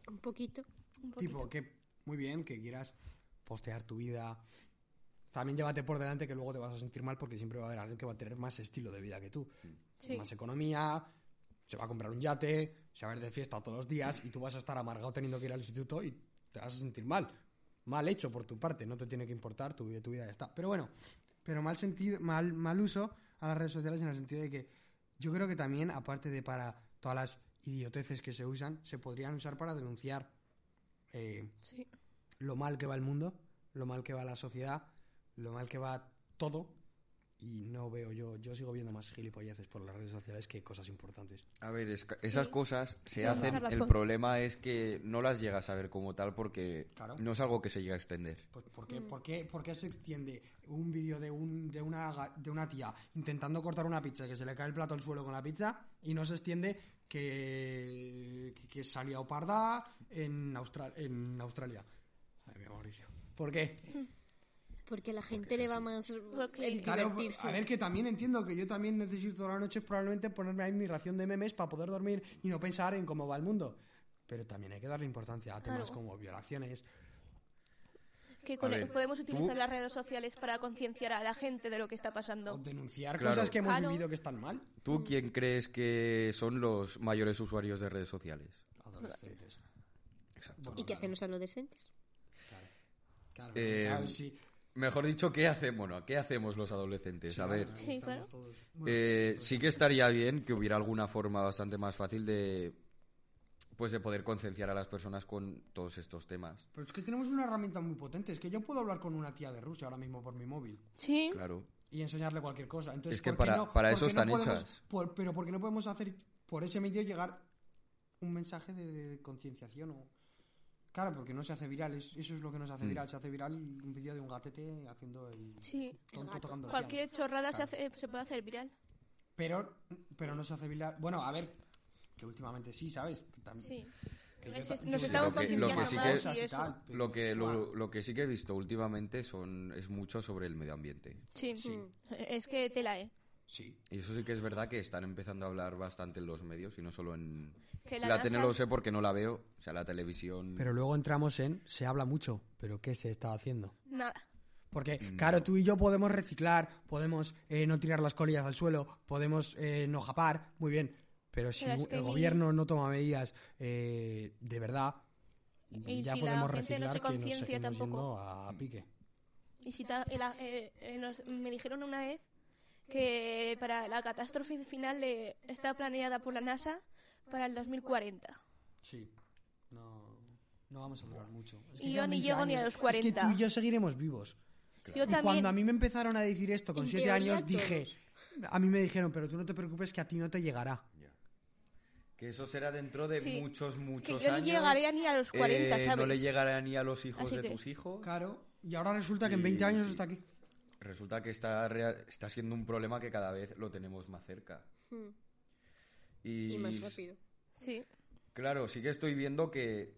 [SPEAKER 5] Un poquito.
[SPEAKER 4] Un poquito.
[SPEAKER 3] tipo, que muy bien, que quieras postear tu vida. También llévate por delante que luego te vas a sentir mal porque siempre va a haber alguien que va a tener más estilo de vida que tú.
[SPEAKER 4] Sí.
[SPEAKER 3] más economía, se va a comprar un yate, se va a ir de fiesta todos los días y tú vas a estar amargado teniendo que ir al instituto y te vas a sentir mal. Mal hecho por tu parte, no te tiene que importar, tu, tu vida ya está. Pero bueno, pero mal, sentido, mal, mal uso a las redes sociales en el sentido de que yo creo que también, aparte de para todas las idioteces que se usan, se podrían usar para denunciar eh,
[SPEAKER 4] Sí.
[SPEAKER 3] lo mal que va el mundo, lo mal que va la sociedad, lo mal que va todo. Y no veo yo, yo sigo viendo más gilipolleces por las redes sociales que cosas importantes.
[SPEAKER 2] A ver, es ca- esas cosas se
[SPEAKER 4] Tienes
[SPEAKER 2] hacen.
[SPEAKER 4] razón.
[SPEAKER 2] El problema es que no las llegas a ver como tal porque
[SPEAKER 3] Claro.
[SPEAKER 2] no es algo que se llega a extender.
[SPEAKER 3] Pues, ¿por, qué, por, qué, por qué se extiende un vídeo de, un, de, una, ga- de una tía intentando cortar una pizza que se le cae el plato al suelo con la pizza y no se extiende que, que, que salía parda en, Austral, en Australia? Ay, mi Mauricio. ¿Por qué?
[SPEAKER 5] Porque a la gente le va más
[SPEAKER 4] Porque-
[SPEAKER 5] el
[SPEAKER 3] Claro,
[SPEAKER 5] divertirse.
[SPEAKER 3] a ver, que también entiendo que yo también necesito todas las noches probablemente ponerme ahí mi ración de memes para poder dormir y no pensar en cómo va el mundo. Pero también hay que darle importancia a temas
[SPEAKER 4] Claro.
[SPEAKER 3] como violaciones.
[SPEAKER 4] Que con-
[SPEAKER 2] A ver,
[SPEAKER 4] podemos utilizar
[SPEAKER 2] tú-
[SPEAKER 4] las redes sociales para concienciar a la gente de lo que está pasando.
[SPEAKER 3] O denunciar
[SPEAKER 2] Claro.
[SPEAKER 3] cosas que hemos
[SPEAKER 4] Claro.
[SPEAKER 3] vivido que están mal.
[SPEAKER 2] ¿Tú quién crees que son los mayores usuarios de redes sociales?
[SPEAKER 3] Adolescentes.
[SPEAKER 2] Exacto.
[SPEAKER 5] ¿Y qué hacen los adolescentes?
[SPEAKER 3] Claro,
[SPEAKER 2] Eh,
[SPEAKER 3] claro, sí.
[SPEAKER 2] Mejor dicho, ¿qué hacemos? Bueno, ¿qué hacemos los adolescentes? A ver,
[SPEAKER 4] Sí, claro.
[SPEAKER 3] Todos.
[SPEAKER 4] pues,
[SPEAKER 2] eh, sí que estaría bien que hubiera alguna forma bastante más fácil de pues de poder concienciar a las personas con todos estos temas.
[SPEAKER 3] Pero es que tenemos una herramienta muy potente. Es que yo puedo hablar con una tía de Rusia ahora mismo por mi móvil.
[SPEAKER 4] Sí.
[SPEAKER 2] Claro.
[SPEAKER 3] y enseñarle cualquier cosa. Entonces,
[SPEAKER 2] Es que
[SPEAKER 3] ¿por qué
[SPEAKER 2] para-
[SPEAKER 3] no-
[SPEAKER 2] para
[SPEAKER 3] por
[SPEAKER 2] eso
[SPEAKER 3] qué no
[SPEAKER 2] están
[SPEAKER 3] podemos-
[SPEAKER 2] hechas.
[SPEAKER 3] por- pero porque no podemos hacer por ese medio llegar un mensaje de, de concienciación o... Claro, porque no se hace viral, es- eso es lo que no se hace
[SPEAKER 2] Mm.
[SPEAKER 3] viral. Se hace viral un vídeo de un gatete haciendo el
[SPEAKER 4] Sí.
[SPEAKER 3] tonto
[SPEAKER 5] gato.
[SPEAKER 3] tocando la
[SPEAKER 4] Cualquier chorrada se,
[SPEAKER 3] Claro.
[SPEAKER 4] hace, eh, se puede hacer viral.
[SPEAKER 3] piano. Pero, pero no se hace viral. Bueno, a ver, que últimamente sí, ¿sabes? Que tam-
[SPEAKER 4] Sí.
[SPEAKER 3] que yo
[SPEAKER 4] Nos
[SPEAKER 3] ta- yo
[SPEAKER 4] estamos
[SPEAKER 2] Lo que- lo que
[SPEAKER 4] concienciando
[SPEAKER 2] sí que-
[SPEAKER 4] más
[SPEAKER 3] cosas
[SPEAKER 4] y
[SPEAKER 3] y
[SPEAKER 4] eso.
[SPEAKER 3] tal, pero-
[SPEAKER 2] Lo que
[SPEAKER 3] Buah.
[SPEAKER 2] lo, lo que sí que he visto últimamente son es mucho sobre el medio ambiente.
[SPEAKER 4] Sí.
[SPEAKER 3] Sí.
[SPEAKER 4] Es que tela, ¿eh?
[SPEAKER 3] Sí.
[SPEAKER 2] Y eso sí que es verdad que están empezando a hablar bastante en los medios y no solo en...
[SPEAKER 4] Que la
[SPEAKER 2] La,
[SPEAKER 4] NASA-
[SPEAKER 2] tele lo sé porque no la veo, o sea, la televisión...
[SPEAKER 3] Pero luego entramos en, se habla mucho, pero ¿qué se está haciendo?
[SPEAKER 4] Nada.
[SPEAKER 3] Porque,
[SPEAKER 2] Mm.
[SPEAKER 3] claro, tú y yo podemos reciclar, podemos eh, no tirar las colillas al suelo, podemos eh, no japar, muy bien. Pero si
[SPEAKER 4] Pero es
[SPEAKER 3] u-
[SPEAKER 4] que
[SPEAKER 3] el
[SPEAKER 4] mi-
[SPEAKER 3] gobierno no toma medidas eh, de verdad,
[SPEAKER 4] Y
[SPEAKER 3] ya
[SPEAKER 4] si la
[SPEAKER 3] podemos
[SPEAKER 4] gente no
[SPEAKER 3] reciclar
[SPEAKER 4] se
[SPEAKER 3] que nos
[SPEAKER 4] conciencia
[SPEAKER 3] seguimos
[SPEAKER 4] tampoco.
[SPEAKER 3] yendo a pique.
[SPEAKER 4] Y si ta- el a- eh, eh, nos- me dijeron una vez que para la catástrofe final de- está planeada por la NASA para el 2040.
[SPEAKER 3] Sí. No, no vamos a durar mucho. Es
[SPEAKER 4] Y yo
[SPEAKER 3] llevan
[SPEAKER 4] ni
[SPEAKER 3] 20
[SPEAKER 4] llego ni a los
[SPEAKER 3] Es que
[SPEAKER 4] 40.
[SPEAKER 3] tú y yo seguiremos vivos.
[SPEAKER 4] Yo
[SPEAKER 3] Y cuando a
[SPEAKER 4] también.
[SPEAKER 3] mí me empezaron a decir esto con
[SPEAKER 5] En
[SPEAKER 3] 7
[SPEAKER 5] teoría,
[SPEAKER 3] años, dije... A mí me dijeron, pero tú no te preocupes que a ti no te llegará.
[SPEAKER 2] Que eso será dentro de
[SPEAKER 4] Sí.
[SPEAKER 2] muchos,
[SPEAKER 4] Que
[SPEAKER 2] muchos
[SPEAKER 4] yo
[SPEAKER 2] años.
[SPEAKER 4] ni llegaría ni a los 40,
[SPEAKER 2] Eh,
[SPEAKER 4] ¿sabes?
[SPEAKER 2] No le llegará ni a los hijos
[SPEAKER 4] Así
[SPEAKER 2] de
[SPEAKER 4] que-
[SPEAKER 2] tus hijos.
[SPEAKER 3] Claro. Y ahora resulta que en
[SPEAKER 2] Sí,
[SPEAKER 3] 20 años
[SPEAKER 2] sí.
[SPEAKER 3] está aquí.
[SPEAKER 2] Resulta que está, rea- está siendo un problema que cada vez lo tenemos más cerca.
[SPEAKER 5] Mm,
[SPEAKER 2] Y,
[SPEAKER 5] Y más rápido.
[SPEAKER 4] Sí.
[SPEAKER 2] Claro, sí que estoy viendo que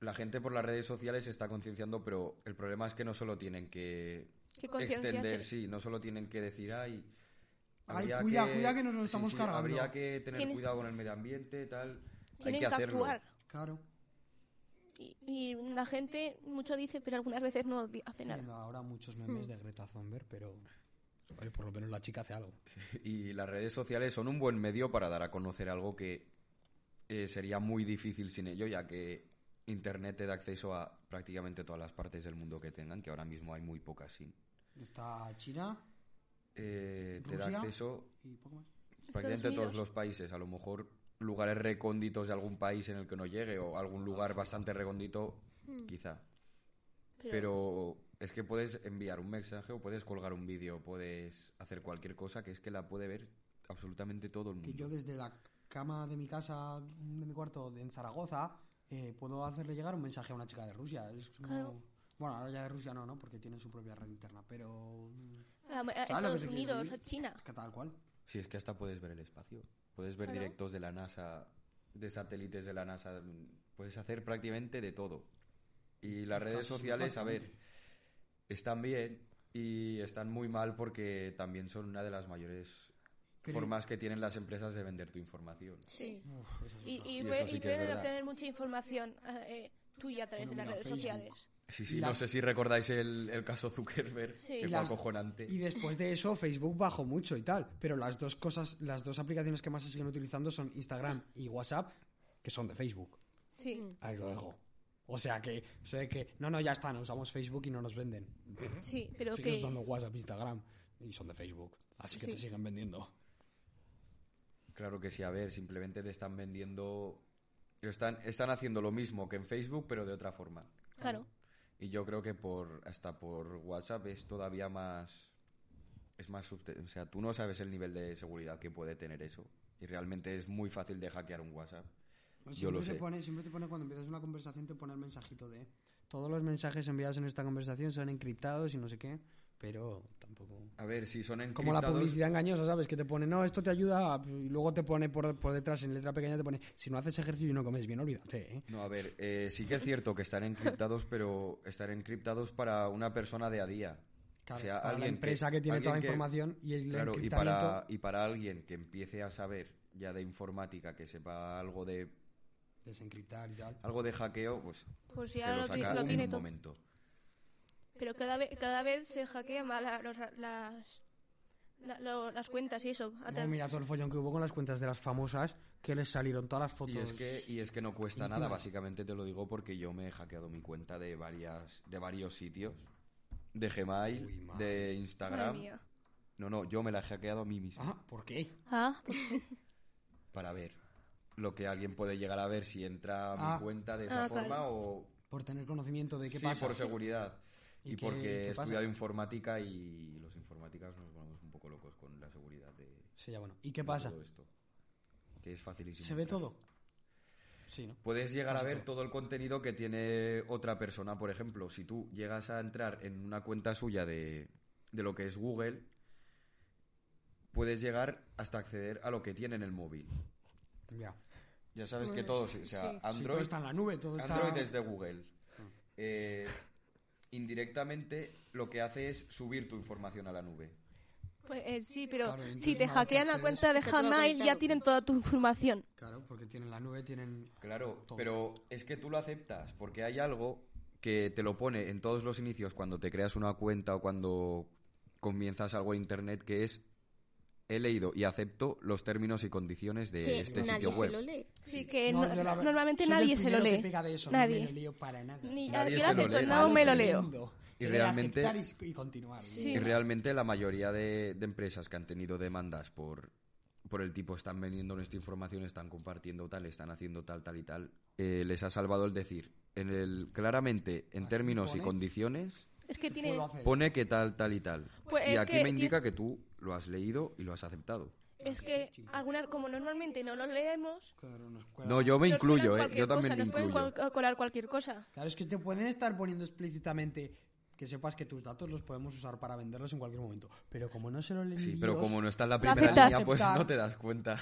[SPEAKER 2] la gente por las redes sociales se está concienciando, pero el problema es que no solo tienen que
[SPEAKER 4] Que
[SPEAKER 2] extender,
[SPEAKER 4] concienciarse.
[SPEAKER 2] sí, no solo tienen que decir, ay,
[SPEAKER 3] Ay,
[SPEAKER 2] habría
[SPEAKER 3] cuida, cuida que nos lo
[SPEAKER 2] sí,
[SPEAKER 3] estamos
[SPEAKER 2] sí,
[SPEAKER 3] cargando".
[SPEAKER 2] Habría que tener
[SPEAKER 4] Tienen-
[SPEAKER 2] cuidado con el medio ambiente, tal. Hay que
[SPEAKER 4] Tienen que,
[SPEAKER 2] hacerlo.
[SPEAKER 4] actuar.
[SPEAKER 3] Claro.
[SPEAKER 4] Y, y la gente mucho dice, pero algunas veces no di- hace
[SPEAKER 3] Sí,
[SPEAKER 4] nada.
[SPEAKER 3] no, ahora muchos memes de Greta Thunberg, pero oye, por lo menos la chica hace algo.
[SPEAKER 2] Y las redes sociales son un buen medio para dar a conocer algo que eh, sería muy difícil sin ello, ya que Internet te da acceso a prácticamente todas las partes del mundo que tengan, que ahora mismo hay muy pocas sin.
[SPEAKER 3] Está China
[SPEAKER 2] Eh, te da
[SPEAKER 3] Rusia.
[SPEAKER 2] acceso
[SPEAKER 3] y poco más.
[SPEAKER 2] prácticamente pues todos
[SPEAKER 4] Unidos.
[SPEAKER 2] los países, a lo mejor lugares recónditos de algún país en el que no llegue o algún lugar bastante recóndito,
[SPEAKER 5] Hmm.
[SPEAKER 2] quizá. Pero es que puedes enviar un mensaje o puedes colgar un vídeo, puedes hacer cualquier cosa que es que la puede ver absolutamente todo el mundo.
[SPEAKER 3] Que yo desde la cama de mi casa, de mi cuarto de- en Zaragoza, eh, puedo hacerle llegar un mensaje a una chica de Rusia. Es como-
[SPEAKER 4] Claro.
[SPEAKER 3] Bueno, ahora ya de Rusia no, ¿no? Porque tienen su propia red interna, pero... mm,
[SPEAKER 4] A,
[SPEAKER 3] ¿sabes
[SPEAKER 4] a
[SPEAKER 3] lo que
[SPEAKER 2] pues
[SPEAKER 4] Estados
[SPEAKER 3] te quiero
[SPEAKER 4] Unidos,
[SPEAKER 3] decir?
[SPEAKER 4] a China.
[SPEAKER 3] Es que tal cual.
[SPEAKER 2] Sí, es que hasta puedes ver el espacio. Puedes ver
[SPEAKER 4] Claro.
[SPEAKER 2] directos de la NASA, de satélites de la NASA. Puedes hacer prácticamente de todo. Y las redes
[SPEAKER 3] Casi
[SPEAKER 2] sociales, a ver,
[SPEAKER 3] prácticamente.
[SPEAKER 2] están bien y están muy mal porque también son una de las mayores
[SPEAKER 3] Pero-
[SPEAKER 2] formas que tienen las empresas de vender tu información.
[SPEAKER 4] Sí.
[SPEAKER 3] Uf, eso es
[SPEAKER 4] Y,
[SPEAKER 3] otra.
[SPEAKER 4] y,
[SPEAKER 2] Y
[SPEAKER 4] ve-
[SPEAKER 2] eso sí
[SPEAKER 4] y
[SPEAKER 2] que es
[SPEAKER 4] pueden
[SPEAKER 2] verdad.
[SPEAKER 4] obtener mucha información eh, eh, tuya a través
[SPEAKER 3] Bueno,
[SPEAKER 4] de las
[SPEAKER 3] mira,
[SPEAKER 4] redes
[SPEAKER 3] Facebook.
[SPEAKER 4] sociales.
[SPEAKER 2] Sí, sí,
[SPEAKER 3] Y
[SPEAKER 2] no
[SPEAKER 3] las-
[SPEAKER 2] sé si recordáis el, el caso Zuckerberg,
[SPEAKER 4] Sí.
[SPEAKER 2] que
[SPEAKER 4] Y
[SPEAKER 2] fue
[SPEAKER 3] las-
[SPEAKER 2] acojonante.
[SPEAKER 3] Y después de eso, Facebook bajó mucho y tal. Pero las dos cosas, las dos aplicaciones que más se siguen utilizando son Instagram y WhatsApp, que son de Facebook.
[SPEAKER 5] Mm.
[SPEAKER 4] Sí.
[SPEAKER 5] Hmm.
[SPEAKER 3] Ahí lo dejo. O sea que, eso de que, no, no, ya está, no usamos Facebook y no nos venden.
[SPEAKER 4] Sí, pero
[SPEAKER 3] Sigues
[SPEAKER 4] que...
[SPEAKER 3] usando WhatsApp, Instagram y son de Facebook. Así que te
[SPEAKER 4] Sí.
[SPEAKER 3] siguen vendiendo.
[SPEAKER 2] Claro que sí, a ver, simplemente te están vendiendo... Están, están haciendo lo mismo que en Facebook, pero de otra forma.
[SPEAKER 4] Claro.
[SPEAKER 2] Y yo creo que por hasta por WhatsApp es todavía más es más subte- o sea, tú no sabes el nivel de seguridad que puede tener eso y realmente es muy fácil de hackear un WhatsApp. Yo lo
[SPEAKER 3] te
[SPEAKER 2] sé.
[SPEAKER 3] Pone, Pues siempre te pone cuando empiezas una conversación, te pone el mensajito de todos los mensajes enviados en esta conversación son encriptados y no sé qué, pero tampoco.
[SPEAKER 2] A ver, si son encriptados
[SPEAKER 3] Como la publicidad engañosa, ¿sabes? Que te pone, no, esto te ayuda, y luego te pone por, por detrás en letra pequeña, te pone, si no haces ejercicio y no comes bien, olvídate, ¿eh?
[SPEAKER 2] No, a ver, eh, sí que es cierto que están encriptados, pero están encriptados para una persona de a día.
[SPEAKER 3] Claro,
[SPEAKER 2] O sea,
[SPEAKER 3] para la
[SPEAKER 2] alguien
[SPEAKER 3] empresa que, tiene
[SPEAKER 2] alguien
[SPEAKER 3] toda la
[SPEAKER 2] que-
[SPEAKER 3] información y el
[SPEAKER 2] Claro, y
[SPEAKER 3] encriptamiento.
[SPEAKER 2] para, y para alguien que empiece a saber ya de informática, que sepa algo de
[SPEAKER 3] Desencriptar y tal.
[SPEAKER 2] algo de hackeo, pues
[SPEAKER 4] Pues
[SPEAKER 2] te
[SPEAKER 4] ya
[SPEAKER 2] lo
[SPEAKER 4] lo, ti-
[SPEAKER 2] saca
[SPEAKER 4] lo
[SPEAKER 2] en
[SPEAKER 4] tiene
[SPEAKER 2] un
[SPEAKER 4] todo.
[SPEAKER 2] momento.
[SPEAKER 4] Pero cada vez, cada vez se hackean más la- los- las, la- lo- las cuentas y eso.
[SPEAKER 3] Luego
[SPEAKER 4] A tra-
[SPEAKER 3] mira todo el follón que hubo con las cuentas de las famosas que les salieron todas las fotos.
[SPEAKER 2] Y es que, y es que no cuesta nada,
[SPEAKER 3] íntimas.
[SPEAKER 2] básicamente te lo digo porque yo me he hackeado mi cuenta de varias, de varios sitios. De Gmail,
[SPEAKER 3] Uy, madre.
[SPEAKER 2] de
[SPEAKER 4] Madre
[SPEAKER 2] Instagram.
[SPEAKER 4] mía.
[SPEAKER 2] No, no, yo me la he hackeado a mí mismo.
[SPEAKER 3] Ah, ¿por qué?
[SPEAKER 4] Ah, pues
[SPEAKER 2] Para ver lo que alguien puede llegar a ver si entra a
[SPEAKER 3] Ah.
[SPEAKER 2] mi cuenta de esa
[SPEAKER 4] Ah, claro.
[SPEAKER 2] forma o
[SPEAKER 3] Por tener conocimiento de qué
[SPEAKER 2] sí,
[SPEAKER 3] pasa.
[SPEAKER 2] por seguridad.
[SPEAKER 3] ¿Y
[SPEAKER 2] Y,
[SPEAKER 3] qué-
[SPEAKER 2] porque
[SPEAKER 3] qué
[SPEAKER 2] he
[SPEAKER 3] pasa?
[SPEAKER 2] estudiado informática y los informáticos nos ponemos un poco locos con la seguridad de,
[SPEAKER 3] Sí, ya bueno. ¿Y qué
[SPEAKER 2] de
[SPEAKER 3] pasa?
[SPEAKER 2] todo esto. Que es facilísimo.
[SPEAKER 3] ¿Se ve
[SPEAKER 2] entrar.
[SPEAKER 3] todo? Sí, ¿no?
[SPEAKER 2] Puedes llegar a
[SPEAKER 3] Casi
[SPEAKER 2] ver
[SPEAKER 3] todo.
[SPEAKER 2] todo el contenido que tiene otra persona, por ejemplo. Si tú llegas a entrar en una cuenta suya de, de lo que es Google, puedes llegar hasta acceder a lo que tiene en el móvil.
[SPEAKER 3] Ya.
[SPEAKER 2] Ya sabes que
[SPEAKER 5] Bueno,
[SPEAKER 2] todos, o sea,
[SPEAKER 5] sí.
[SPEAKER 3] Sí, todo
[SPEAKER 2] Android,
[SPEAKER 3] está en la nube, todo está...
[SPEAKER 2] Android es de Google. Eh, indirectamente lo que hace es subir tu información a la nube.
[SPEAKER 4] Pues, eh, sí, pero
[SPEAKER 3] Claro, entonces
[SPEAKER 4] si te
[SPEAKER 3] una vez que
[SPEAKER 4] hackean la
[SPEAKER 3] accedes-
[SPEAKER 4] cuenta de
[SPEAKER 5] Está todo
[SPEAKER 4] Gmail ya
[SPEAKER 5] conectado.
[SPEAKER 4] tienen toda tu información.
[SPEAKER 3] Claro, porque tienen la nube, tienen...
[SPEAKER 2] Claro,
[SPEAKER 3] Todo.
[SPEAKER 2] pero es que tú lo aceptas, porque hay algo que te lo pone en todos los inicios cuando te creas una cuenta o cuando comienzas algo en internet, que es he leído y acepto los términos y condiciones de
[SPEAKER 5] que
[SPEAKER 2] este
[SPEAKER 5] nadie
[SPEAKER 2] sitio
[SPEAKER 5] se lo
[SPEAKER 2] web.
[SPEAKER 5] lee.
[SPEAKER 4] Sí, que Eh, no-
[SPEAKER 3] yo la-
[SPEAKER 4] normalmente
[SPEAKER 3] soy el
[SPEAKER 4] nadie se lo
[SPEAKER 3] primero que
[SPEAKER 4] lee.
[SPEAKER 3] pega de eso,
[SPEAKER 4] nadie.
[SPEAKER 3] No me lo leo para nada.
[SPEAKER 4] Ni,
[SPEAKER 2] Nadie
[SPEAKER 4] yo
[SPEAKER 2] se lo
[SPEAKER 4] acepto,
[SPEAKER 2] lee.
[SPEAKER 4] no me lo leo.
[SPEAKER 3] Tremendo.
[SPEAKER 2] Y
[SPEAKER 3] El
[SPEAKER 2] realmente-
[SPEAKER 3] aceptar Y, y continuar.
[SPEAKER 4] Sí.
[SPEAKER 2] Y realmente la mayoría de, de empresas que han tenido demandas por, por el tipo están vendiendo nuestra información, están compartiendo tal, están haciendo tal, tal y tal, eh, les ha salvado el decir, en el, claramente, en
[SPEAKER 3] Aquí
[SPEAKER 2] términos y
[SPEAKER 3] pone-
[SPEAKER 2] condiciones,
[SPEAKER 4] Es que tiene
[SPEAKER 3] Puedo hacer
[SPEAKER 2] Pone que tal, tal y tal.
[SPEAKER 4] Pues
[SPEAKER 2] y
[SPEAKER 4] es
[SPEAKER 2] aquí
[SPEAKER 4] que
[SPEAKER 2] me indica que tú lo has leído y lo has aceptado.
[SPEAKER 4] es que algunas, como normalmente no los leemos,
[SPEAKER 3] Claro, nos cuela.
[SPEAKER 2] No, yo me
[SPEAKER 4] nos
[SPEAKER 2] incluyo,
[SPEAKER 4] cuelan
[SPEAKER 2] ¿eh? Yo
[SPEAKER 4] cualquier
[SPEAKER 2] también
[SPEAKER 4] cosa,
[SPEAKER 2] me
[SPEAKER 4] nos pueden
[SPEAKER 2] incluyo.
[SPEAKER 4] col- colar cualquier cosa.
[SPEAKER 3] Claro, es que te pueden estar poniendo explícitamente que sepas que tus datos los podemos usar para venderlos en cualquier momento. Pero como no se lo leen
[SPEAKER 2] Sí,
[SPEAKER 3] ni
[SPEAKER 2] pero
[SPEAKER 3] Dios,
[SPEAKER 2] como no está en la
[SPEAKER 4] Lo
[SPEAKER 2] primera
[SPEAKER 4] aceptas.
[SPEAKER 2] línea, pues
[SPEAKER 3] Aceptar.
[SPEAKER 2] no te das cuenta.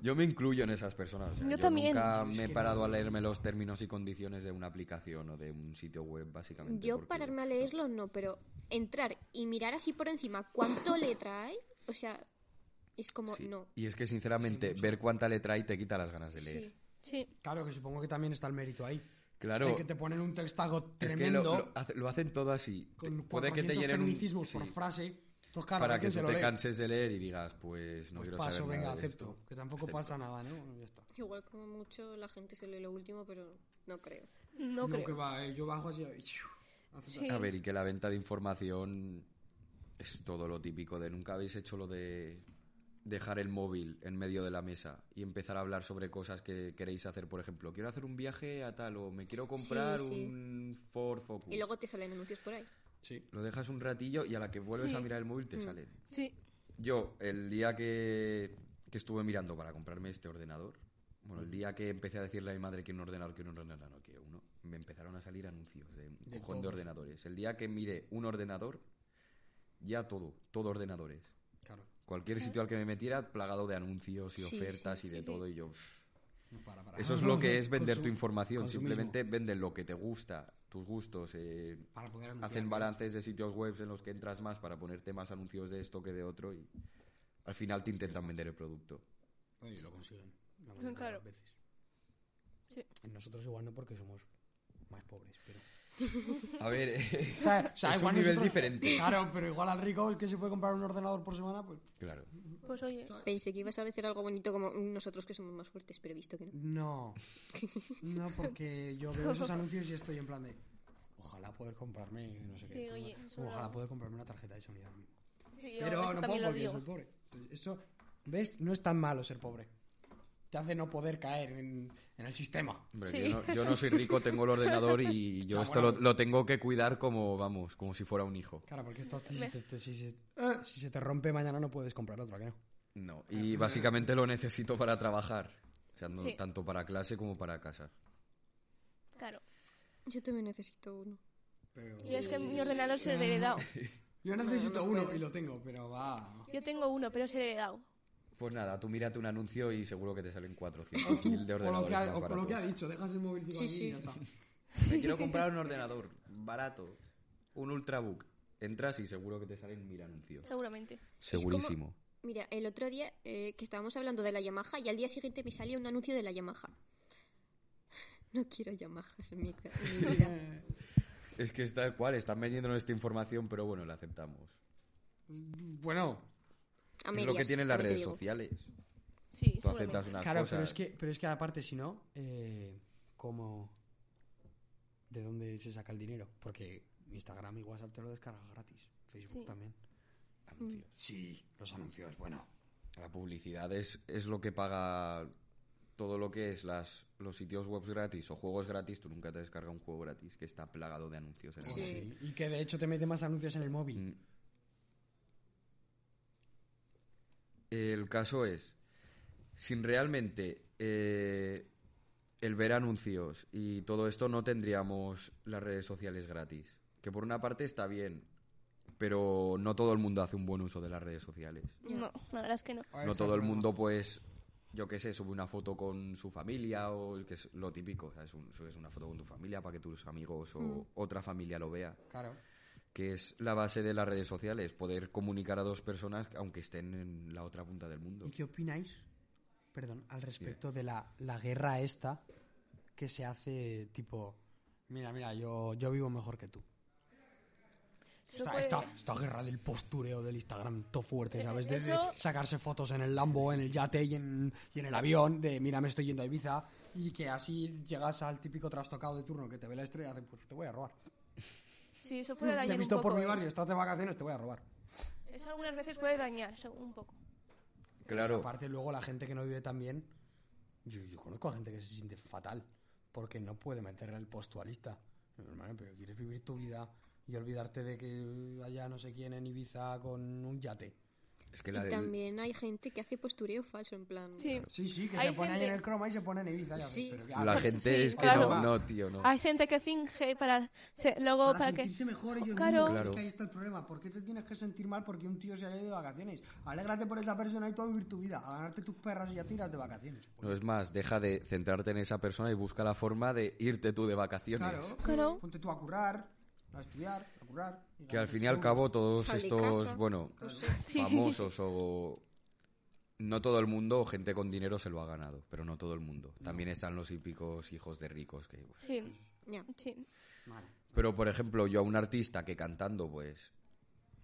[SPEAKER 2] Yo me incluyo en esas personas. o sea,
[SPEAKER 4] Yo
[SPEAKER 2] yo
[SPEAKER 4] también.
[SPEAKER 2] Nunca
[SPEAKER 3] Yo es
[SPEAKER 2] me he
[SPEAKER 3] que
[SPEAKER 2] parado
[SPEAKER 3] no.
[SPEAKER 2] a leerme los términos y condiciones de una aplicación o de un sitio web, básicamente.
[SPEAKER 5] Yo
[SPEAKER 2] porque-
[SPEAKER 5] pararme a leerlo no, pero entrar y mirar así por encima cuánto letra hay, o sea, es como
[SPEAKER 2] Sí.
[SPEAKER 5] no.
[SPEAKER 2] Y es que, sinceramente, ver cuánta letra hay te quita las ganas de leer.
[SPEAKER 5] Sí.
[SPEAKER 4] Sí.
[SPEAKER 3] Claro, que supongo que también está el mérito ahí.
[SPEAKER 2] Claro.
[SPEAKER 3] De que te ponen un textago
[SPEAKER 2] Es que lo,
[SPEAKER 3] tremendo
[SPEAKER 2] lo hace- lo hacen todo así. Te-
[SPEAKER 3] con
[SPEAKER 2] Puede
[SPEAKER 3] 400
[SPEAKER 2] que te llenen
[SPEAKER 3] tecnicismos
[SPEAKER 2] un...
[SPEAKER 3] por
[SPEAKER 2] sí,
[SPEAKER 3] frase. Entonces, claro,
[SPEAKER 2] para
[SPEAKER 3] ¿quién
[SPEAKER 2] que
[SPEAKER 3] se
[SPEAKER 2] tú
[SPEAKER 3] lo
[SPEAKER 2] te
[SPEAKER 3] lee?
[SPEAKER 2] canses de leer y digas, pues no
[SPEAKER 3] Pues
[SPEAKER 2] quiero
[SPEAKER 3] paso,
[SPEAKER 2] saber nada
[SPEAKER 3] venga,
[SPEAKER 2] de
[SPEAKER 3] acepto.
[SPEAKER 2] esto.
[SPEAKER 3] Que tampoco
[SPEAKER 2] Acepto.
[SPEAKER 3] pasa nada, ¿no? Ya está.
[SPEAKER 5] Igual como mucho la gente se lee lo último, pero no creo.
[SPEAKER 4] No
[SPEAKER 3] No, que
[SPEAKER 4] creo.
[SPEAKER 3] va, eh, yo bajo así. y- aceptar.
[SPEAKER 4] Sí.
[SPEAKER 2] A ver, y que la venta de información es todo lo típico de nunca habéis hecho lo de dejar el móvil en medio de la mesa y empezar a hablar sobre cosas que queréis hacer, por ejemplo, quiero hacer un viaje a tal o me quiero comprar
[SPEAKER 5] Sí, sí.
[SPEAKER 2] un Ford Focus.
[SPEAKER 5] Y luego te salen anuncios por ahí.
[SPEAKER 3] Sí.
[SPEAKER 2] Lo dejas un ratillo y a la que vuelves
[SPEAKER 4] Sí.
[SPEAKER 2] a mirar el móvil
[SPEAKER 5] Mm.
[SPEAKER 2] te salen.
[SPEAKER 4] Sí.
[SPEAKER 2] Yo, el día que, que estuve mirando para comprarme este ordenador, bueno, el día que empecé a decirle a mi madre que un ordenador, que un ordenador, no quiero uno, me empezaron a salir anuncios de un
[SPEAKER 3] De
[SPEAKER 2] cojón de
[SPEAKER 3] todos.
[SPEAKER 2] ordenadores. El día que mire un ordenador, ya todo, todo ordenadores.
[SPEAKER 3] Claro.
[SPEAKER 2] Cualquier sitio al que me metiera, plagado de anuncios y
[SPEAKER 5] Sí,
[SPEAKER 2] ofertas
[SPEAKER 5] sí, Ah,
[SPEAKER 2] y de
[SPEAKER 5] sí,
[SPEAKER 2] todo, y yo... pff,
[SPEAKER 3] Para, para.
[SPEAKER 2] Eso es lo que es vender tu
[SPEAKER 3] Consum-
[SPEAKER 2] información,
[SPEAKER 3] consumismo.
[SPEAKER 2] simplemente venden lo que te gusta, tus gustos, eh,
[SPEAKER 3] Para poder anunciar.
[SPEAKER 2] hacen balances de sitios web en los que entras más para ponerte más anuncios de esto que de otro y al final te intentan vender el producto.
[SPEAKER 3] Oye, lo consiguen. La mayoría de
[SPEAKER 4] Claro.
[SPEAKER 3] las veces.
[SPEAKER 4] Sí.
[SPEAKER 3] Nosotros igual no porque somos más pobres, pero...
[SPEAKER 2] A ver,
[SPEAKER 3] O sea, o sea,
[SPEAKER 2] es
[SPEAKER 3] igual
[SPEAKER 2] un nivel
[SPEAKER 3] nosotros-
[SPEAKER 2] diferente.
[SPEAKER 3] Claro, pero igual al rico que se puede comprar un ordenador por semana, pues...
[SPEAKER 2] Claro.
[SPEAKER 4] Pues oye,
[SPEAKER 5] Pensé que ibas a decir algo bonito como "Mm, nosotros que somos más fuertes, pero he visto que no.
[SPEAKER 3] No. No, porque yo veo esos anuncios y estoy en plan de... Ojalá poder comprarme, no sé
[SPEAKER 4] Sí,
[SPEAKER 3] qué.
[SPEAKER 4] oye,
[SPEAKER 3] como-
[SPEAKER 4] eso
[SPEAKER 3] ojalá
[SPEAKER 4] no.
[SPEAKER 3] poder comprarme una tarjeta de sonido ahora mismo.
[SPEAKER 4] sí, yo
[SPEAKER 3] Pero no puedo
[SPEAKER 4] también lo
[SPEAKER 3] porque
[SPEAKER 4] digo.
[SPEAKER 3] soy pobre. Entonces, Eso, ¿ves? No es tan malo ser pobre. Te hace no poder caer en, en el sistema.
[SPEAKER 2] Hombre,
[SPEAKER 4] Sí.
[SPEAKER 2] yo, no, yo no soy rico, tengo el ordenador y yo
[SPEAKER 3] Ya,
[SPEAKER 2] esto lo,
[SPEAKER 3] bueno.
[SPEAKER 2] lo tengo que cuidar como, vamos, como si fuera un hijo.
[SPEAKER 3] Claro, porque esto si, te, te- si, se, eh, si se te rompe mañana no puedes comprar otro, ¿a que no?
[SPEAKER 2] No, y básicamente lo necesito para trabajar. O sea, no-
[SPEAKER 4] Sí.
[SPEAKER 2] tanto para clase como para casa.
[SPEAKER 4] Claro.
[SPEAKER 5] Yo también necesito uno.
[SPEAKER 3] Pero...
[SPEAKER 4] Y es que mi ordenador se lo he heredado.
[SPEAKER 3] Yo necesito
[SPEAKER 5] no
[SPEAKER 3] uno
[SPEAKER 5] puedo.
[SPEAKER 3] y lo tengo, pero va...
[SPEAKER 4] Yo tengo uno, pero se lo he heredado.
[SPEAKER 2] Pues nada, tú mírate un anuncio y seguro que te salen 400
[SPEAKER 3] Tú,
[SPEAKER 2] mil de
[SPEAKER 3] o lo,
[SPEAKER 2] ordenadores
[SPEAKER 3] que ha,
[SPEAKER 2] más
[SPEAKER 3] o con lo que ha
[SPEAKER 2] baratos.
[SPEAKER 3] dicho, dejas el móvil
[SPEAKER 5] Sí,
[SPEAKER 3] aquí
[SPEAKER 5] sí.
[SPEAKER 3] y ya está.
[SPEAKER 2] Me quiero comprar un ordenador barato, un ultrabook. Entras y seguro que te salen mil anuncios.
[SPEAKER 4] Seguramente.
[SPEAKER 2] Segurísimo.
[SPEAKER 5] Mira, el otro día eh, que estábamos hablando de la Yamaha y al día siguiente me salía un anuncio de la Yamaha. No quiero Yamahas en mi, ca- en mi vida.
[SPEAKER 3] Eh,
[SPEAKER 2] Es que es tal cual, están vendiéndonos esta información, pero bueno, la aceptamos.
[SPEAKER 3] Bueno,
[SPEAKER 5] A
[SPEAKER 2] es lo
[SPEAKER 5] medias,
[SPEAKER 2] que tienen
[SPEAKER 5] también
[SPEAKER 2] las
[SPEAKER 5] te
[SPEAKER 2] redes
[SPEAKER 5] digo.
[SPEAKER 2] sociales.
[SPEAKER 4] Sí,
[SPEAKER 2] Tú aceptas
[SPEAKER 4] seguramente.
[SPEAKER 2] una
[SPEAKER 3] claro,
[SPEAKER 2] cosa.
[SPEAKER 3] pero es, que, pero es que aparte, si no, eh, ¿cómo? ¿De dónde se saca el dinero? Porque Instagram y WhatsApp te lo descargas gratis. Facebook
[SPEAKER 4] Sí. Mm.
[SPEAKER 3] también.
[SPEAKER 2] Anuncios.
[SPEAKER 3] Sí, los anuncios, bueno.
[SPEAKER 2] La publicidad es, es lo que paga todo lo que es las, los sitios web gratis o juegos gratis. Tú nunca te descargas un juego gratis que está plagado de anuncios. En el
[SPEAKER 5] Sí.
[SPEAKER 2] móvil.
[SPEAKER 3] Pues Y que de hecho te mete más anuncios en el móvil.
[SPEAKER 2] Mm. El caso es, sin realmente eh, el ver anuncios y todo esto no tendríamos las redes sociales gratis. Que por una parte está bien, pero no todo el mundo hace un buen uso de las redes sociales.
[SPEAKER 4] No, la verdad es que no.
[SPEAKER 2] No todo el mundo, pues, yo qué sé, sube una foto con su familia o el que es lo típico. o sea, es un- subes una foto con tu familia para que tus amigos o otra familia lo vea
[SPEAKER 3] Claro.
[SPEAKER 2] que es la base de las redes sociales, poder comunicar a dos personas aunque estén en la otra punta del mundo.
[SPEAKER 3] ¿Y qué opináis, perdón, al respecto de la, la guerra esta que se hace tipo, mira, mira, yo, yo vivo mejor que tú?
[SPEAKER 4] Eso
[SPEAKER 3] Esta,
[SPEAKER 4] puede-
[SPEAKER 3] esta- esta guerra del postureo del Instagram, todo fuerte, ¿sabes? De, de
[SPEAKER 4] Eh, Eso-
[SPEAKER 3] sacarse fotos en el Lambo, en el yate y en, y en el avión, de mira, me estoy yendo a Ibiza, y que así llegas al típico trastocado de turno que te ve la estrella y hace, pues te voy a robar.
[SPEAKER 4] Sí, eso puede dañar
[SPEAKER 3] Te he
[SPEAKER 4] un
[SPEAKER 3] visto por
[SPEAKER 4] poco,
[SPEAKER 3] mi
[SPEAKER 4] ¿eh?
[SPEAKER 3] barrio, estás de vacaciones, te voy a robar.
[SPEAKER 4] Eso algunas veces puede dañar, según un poco.
[SPEAKER 2] Claro,
[SPEAKER 3] Aparte, luego la gente que no vive tan bien. Yo, yo conozco a gente que se siente fatal porque no puede meterle al postualista. Hermano, pero quieres vivir tu vida y olvidarte de que haya no sé quién en Ibiza con un yate.
[SPEAKER 2] Es que
[SPEAKER 5] Y
[SPEAKER 2] la del-
[SPEAKER 5] también hay gente que hace postureo falso, en plan.
[SPEAKER 4] Sí.
[SPEAKER 3] Sí, sí, que
[SPEAKER 4] Hay
[SPEAKER 3] se pone ahí en
[SPEAKER 4] gente-
[SPEAKER 3] el croma y se pone en Ibiza. ya ves,
[SPEAKER 5] Sí.
[SPEAKER 3] pero que-
[SPEAKER 2] La
[SPEAKER 3] ah,
[SPEAKER 2] gente
[SPEAKER 5] Sí,
[SPEAKER 2] es que
[SPEAKER 4] claro.
[SPEAKER 2] no, no, tío, no.
[SPEAKER 4] Hay gente que finge para se- luego para,
[SPEAKER 3] para
[SPEAKER 4] que
[SPEAKER 3] sentirse mejor ellos
[SPEAKER 4] Claro.
[SPEAKER 3] mismos,
[SPEAKER 2] Claro.
[SPEAKER 3] es que ahí está el problema. ¿Por qué te tienes que sentir mal porque un tío se haya ido de vacaciones? Alégrate por esa persona y tú a vivir tu vida, a ganarte tus perras y a tiras de vacaciones.
[SPEAKER 2] No es más, deja de centrarte en esa persona y busca la forma de irte tú de vacaciones.
[SPEAKER 3] Claro,
[SPEAKER 4] Claro.
[SPEAKER 3] ponte tú a currar, a estudiar, a currar. y
[SPEAKER 2] Que al
[SPEAKER 3] ganarte
[SPEAKER 2] fin y
[SPEAKER 3] tus
[SPEAKER 2] al cabo todos
[SPEAKER 5] Sal de casa.
[SPEAKER 2] estos, bueno,
[SPEAKER 4] Sí.
[SPEAKER 2] famosos o... No todo el mundo o gente con dinero se lo ha ganado, pero no todo el mundo. También están los hípicos hijos de ricos. Que, pues,
[SPEAKER 4] sí,
[SPEAKER 5] Ya.
[SPEAKER 4] sí.
[SPEAKER 3] euros. Vale.
[SPEAKER 2] Pero, por ejemplo, yo a un artista que cantando, pues,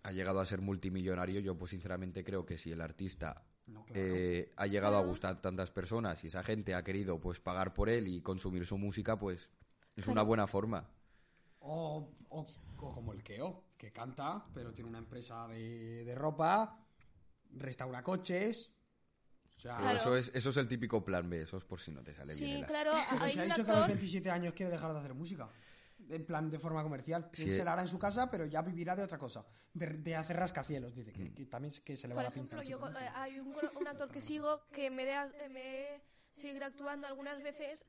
[SPEAKER 2] ha llegado a ser multimillonario, yo, pues, sinceramente creo que si el artista
[SPEAKER 3] No, claro.
[SPEAKER 2] eh, ha llegado a gustar tantas personas y esa gente ha querido, pues, pagar por él y consumir su música, pues, es una buena forma.
[SPEAKER 3] O, o- o como el Keo, que canta, pero tiene una empresa de, de ropa, restaura coches. O sea,
[SPEAKER 2] Pero
[SPEAKER 4] Claro.
[SPEAKER 2] eso, es, eso es el típico plan B, eso es por si no te sale bien.
[SPEAKER 4] Sí,
[SPEAKER 2] el-
[SPEAKER 4] claro,
[SPEAKER 3] pero
[SPEAKER 4] hay
[SPEAKER 3] se ha
[SPEAKER 4] un
[SPEAKER 3] dicho que a los
[SPEAKER 4] actor
[SPEAKER 3] 27 años quiere dejar de hacer música. En plan, de forma comercial.
[SPEAKER 2] Sí.
[SPEAKER 3] Él se la hará en su casa, pero ya vivirá de otra cosa. De, de hacer rascacielos, dice.
[SPEAKER 2] Mm.
[SPEAKER 3] Que, que también es que se le va la
[SPEAKER 4] Por
[SPEAKER 3] pinta.
[SPEAKER 4] ejemplo,
[SPEAKER 3] al chico,
[SPEAKER 4] yo,
[SPEAKER 3] ¿no?
[SPEAKER 4] eh, hay un, cono- un actor que sigo que me de, eh, me sigue actuando algunas veces,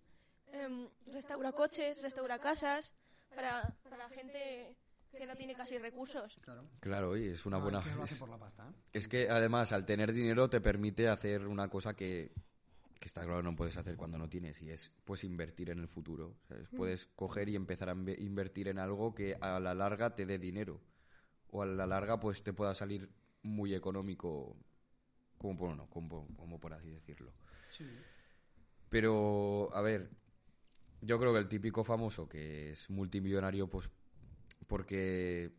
[SPEAKER 4] em, restaura coches, restaura casas, para, para la gente que no tiene casi recursos.
[SPEAKER 3] Claro.
[SPEAKER 2] Claro, y es una
[SPEAKER 3] No, el
[SPEAKER 2] buena...
[SPEAKER 3] Keo lo hace
[SPEAKER 2] es-
[SPEAKER 3] por la pasta, ¿eh?
[SPEAKER 2] Es que además al tener dinero te permite hacer una cosa que, que está claro no puedes hacer cuando no tienes y es pues invertir en el futuro. ¿sabes? Puedes coger y empezar a inve- invertir en algo que a la larga te dé dinero o a la larga pues te pueda salir muy económico como por, no, como, como por así decirlo. Pero a ver, yo creo que el típico famoso que es multimillonario pues porque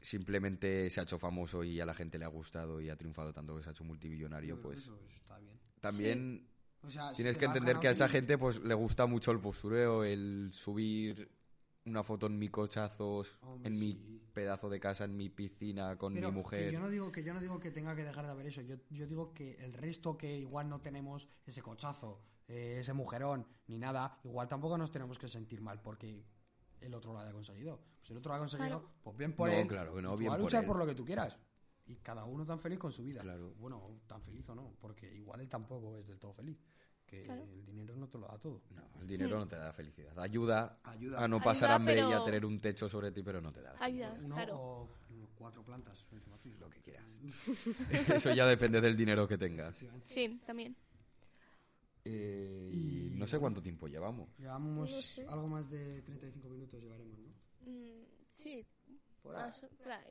[SPEAKER 2] simplemente se ha hecho famoso y a la gente le ha gustado y ha triunfado tanto que se ha hecho multimillonario,
[SPEAKER 3] Yo creo que
[SPEAKER 2] pues
[SPEAKER 3] eso está bien.
[SPEAKER 2] también
[SPEAKER 3] O sea, si
[SPEAKER 2] tienes
[SPEAKER 3] te
[SPEAKER 2] que
[SPEAKER 3] lo has
[SPEAKER 2] entender que a
[SPEAKER 3] ganado
[SPEAKER 2] esa
[SPEAKER 3] tú,
[SPEAKER 2] gente pues le gusta mucho el postureo, el subir una foto en mi cochazos,
[SPEAKER 3] Hombre,
[SPEAKER 2] en mi
[SPEAKER 3] sí.
[SPEAKER 2] pedazo de casa, en mi piscina con
[SPEAKER 3] Pero
[SPEAKER 2] mi
[SPEAKER 3] que
[SPEAKER 2] mujer.
[SPEAKER 3] yo no digo que yo no digo que tenga que dejar de haber eso. Yo, yo digo que el resto que igual no tenemos ese cochazo, eh, ese mujerón, ni nada, igual tampoco nos tenemos que sentir mal porque el otro lo ha conseguido. Pues el otro lo ha conseguido,
[SPEAKER 4] Claro.
[SPEAKER 3] pues bien por
[SPEAKER 2] No,
[SPEAKER 3] él.
[SPEAKER 2] claro que no,
[SPEAKER 3] y tú
[SPEAKER 2] bien
[SPEAKER 3] a
[SPEAKER 2] por
[SPEAKER 3] luchar
[SPEAKER 2] él.
[SPEAKER 3] por lo que tú quieras. Y cada uno tan feliz con su vida.
[SPEAKER 2] Claro.
[SPEAKER 3] Bueno, tan feliz o no, porque igual él tampoco es del todo feliz. Que
[SPEAKER 4] Claro.
[SPEAKER 3] el dinero no te lo da todo.
[SPEAKER 2] No, el dinero no te da felicidad. Ayuda,
[SPEAKER 3] Ayuda.
[SPEAKER 2] a Ah, no pasar
[SPEAKER 4] Ayuda,
[SPEAKER 2] hambre y
[SPEAKER 4] pero-
[SPEAKER 2] a tener un techo sobre ti, pero no te da. la
[SPEAKER 4] Ayuda,
[SPEAKER 2] felicidad.
[SPEAKER 3] Uno
[SPEAKER 4] claro.
[SPEAKER 3] o cuatro plantas encima tuyo.
[SPEAKER 2] Lo que quieras. Eso ya depende del dinero que tengas.
[SPEAKER 4] Sí, también.
[SPEAKER 2] Eh, y no sé cuánto tiempo llevamos.
[SPEAKER 3] Llevamos
[SPEAKER 5] No sé.
[SPEAKER 3] algo más de 35 minutos, llevaremos, ¿no?
[SPEAKER 4] Mm, sí,
[SPEAKER 3] Por ahí.
[SPEAKER 4] más- por ahí.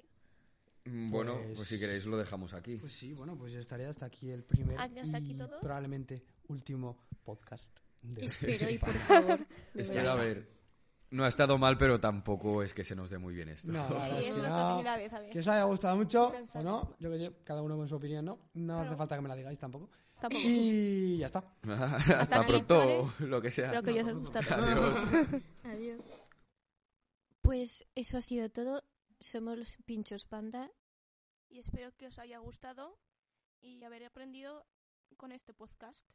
[SPEAKER 2] Mm, Bueno,
[SPEAKER 3] Pues-
[SPEAKER 2] pues si queréis lo dejamos aquí.
[SPEAKER 3] Pues sí, bueno, pues estaría hasta aquí el primer
[SPEAKER 4] Ah, ¿ya está aquí
[SPEAKER 3] y
[SPEAKER 4] todo?
[SPEAKER 3] probablemente último podcast. De
[SPEAKER 5] Espero y por favor. de
[SPEAKER 2] Es que,
[SPEAKER 5] verdad.
[SPEAKER 2] a ver, no ha estado mal, pero tampoco es que se nos dé muy bien esto.
[SPEAKER 3] No, la verdad
[SPEAKER 4] Sí,
[SPEAKER 3] es
[SPEAKER 4] es
[SPEAKER 3] que
[SPEAKER 4] nuestra
[SPEAKER 3] no.
[SPEAKER 4] primera vez, a ver.
[SPEAKER 3] Que os haya gustado mucho o
[SPEAKER 4] Pensar.
[SPEAKER 3] no, yo que sé, cada uno con su opinión, ¿no? No hace falta que me la digáis tampoco.
[SPEAKER 4] Tampoco.
[SPEAKER 3] Y ya está.
[SPEAKER 2] Hasta
[SPEAKER 4] aquí,
[SPEAKER 2] pronto,
[SPEAKER 4] chavales.
[SPEAKER 2] lo que sea.
[SPEAKER 4] Espero que ya os haya gustado.
[SPEAKER 2] Adiós.
[SPEAKER 5] Adiós.
[SPEAKER 6] Pues eso ha sido todo. Somos los Pinchos Panda.
[SPEAKER 4] Y espero que os haya gustado y haber aprendido con este podcast.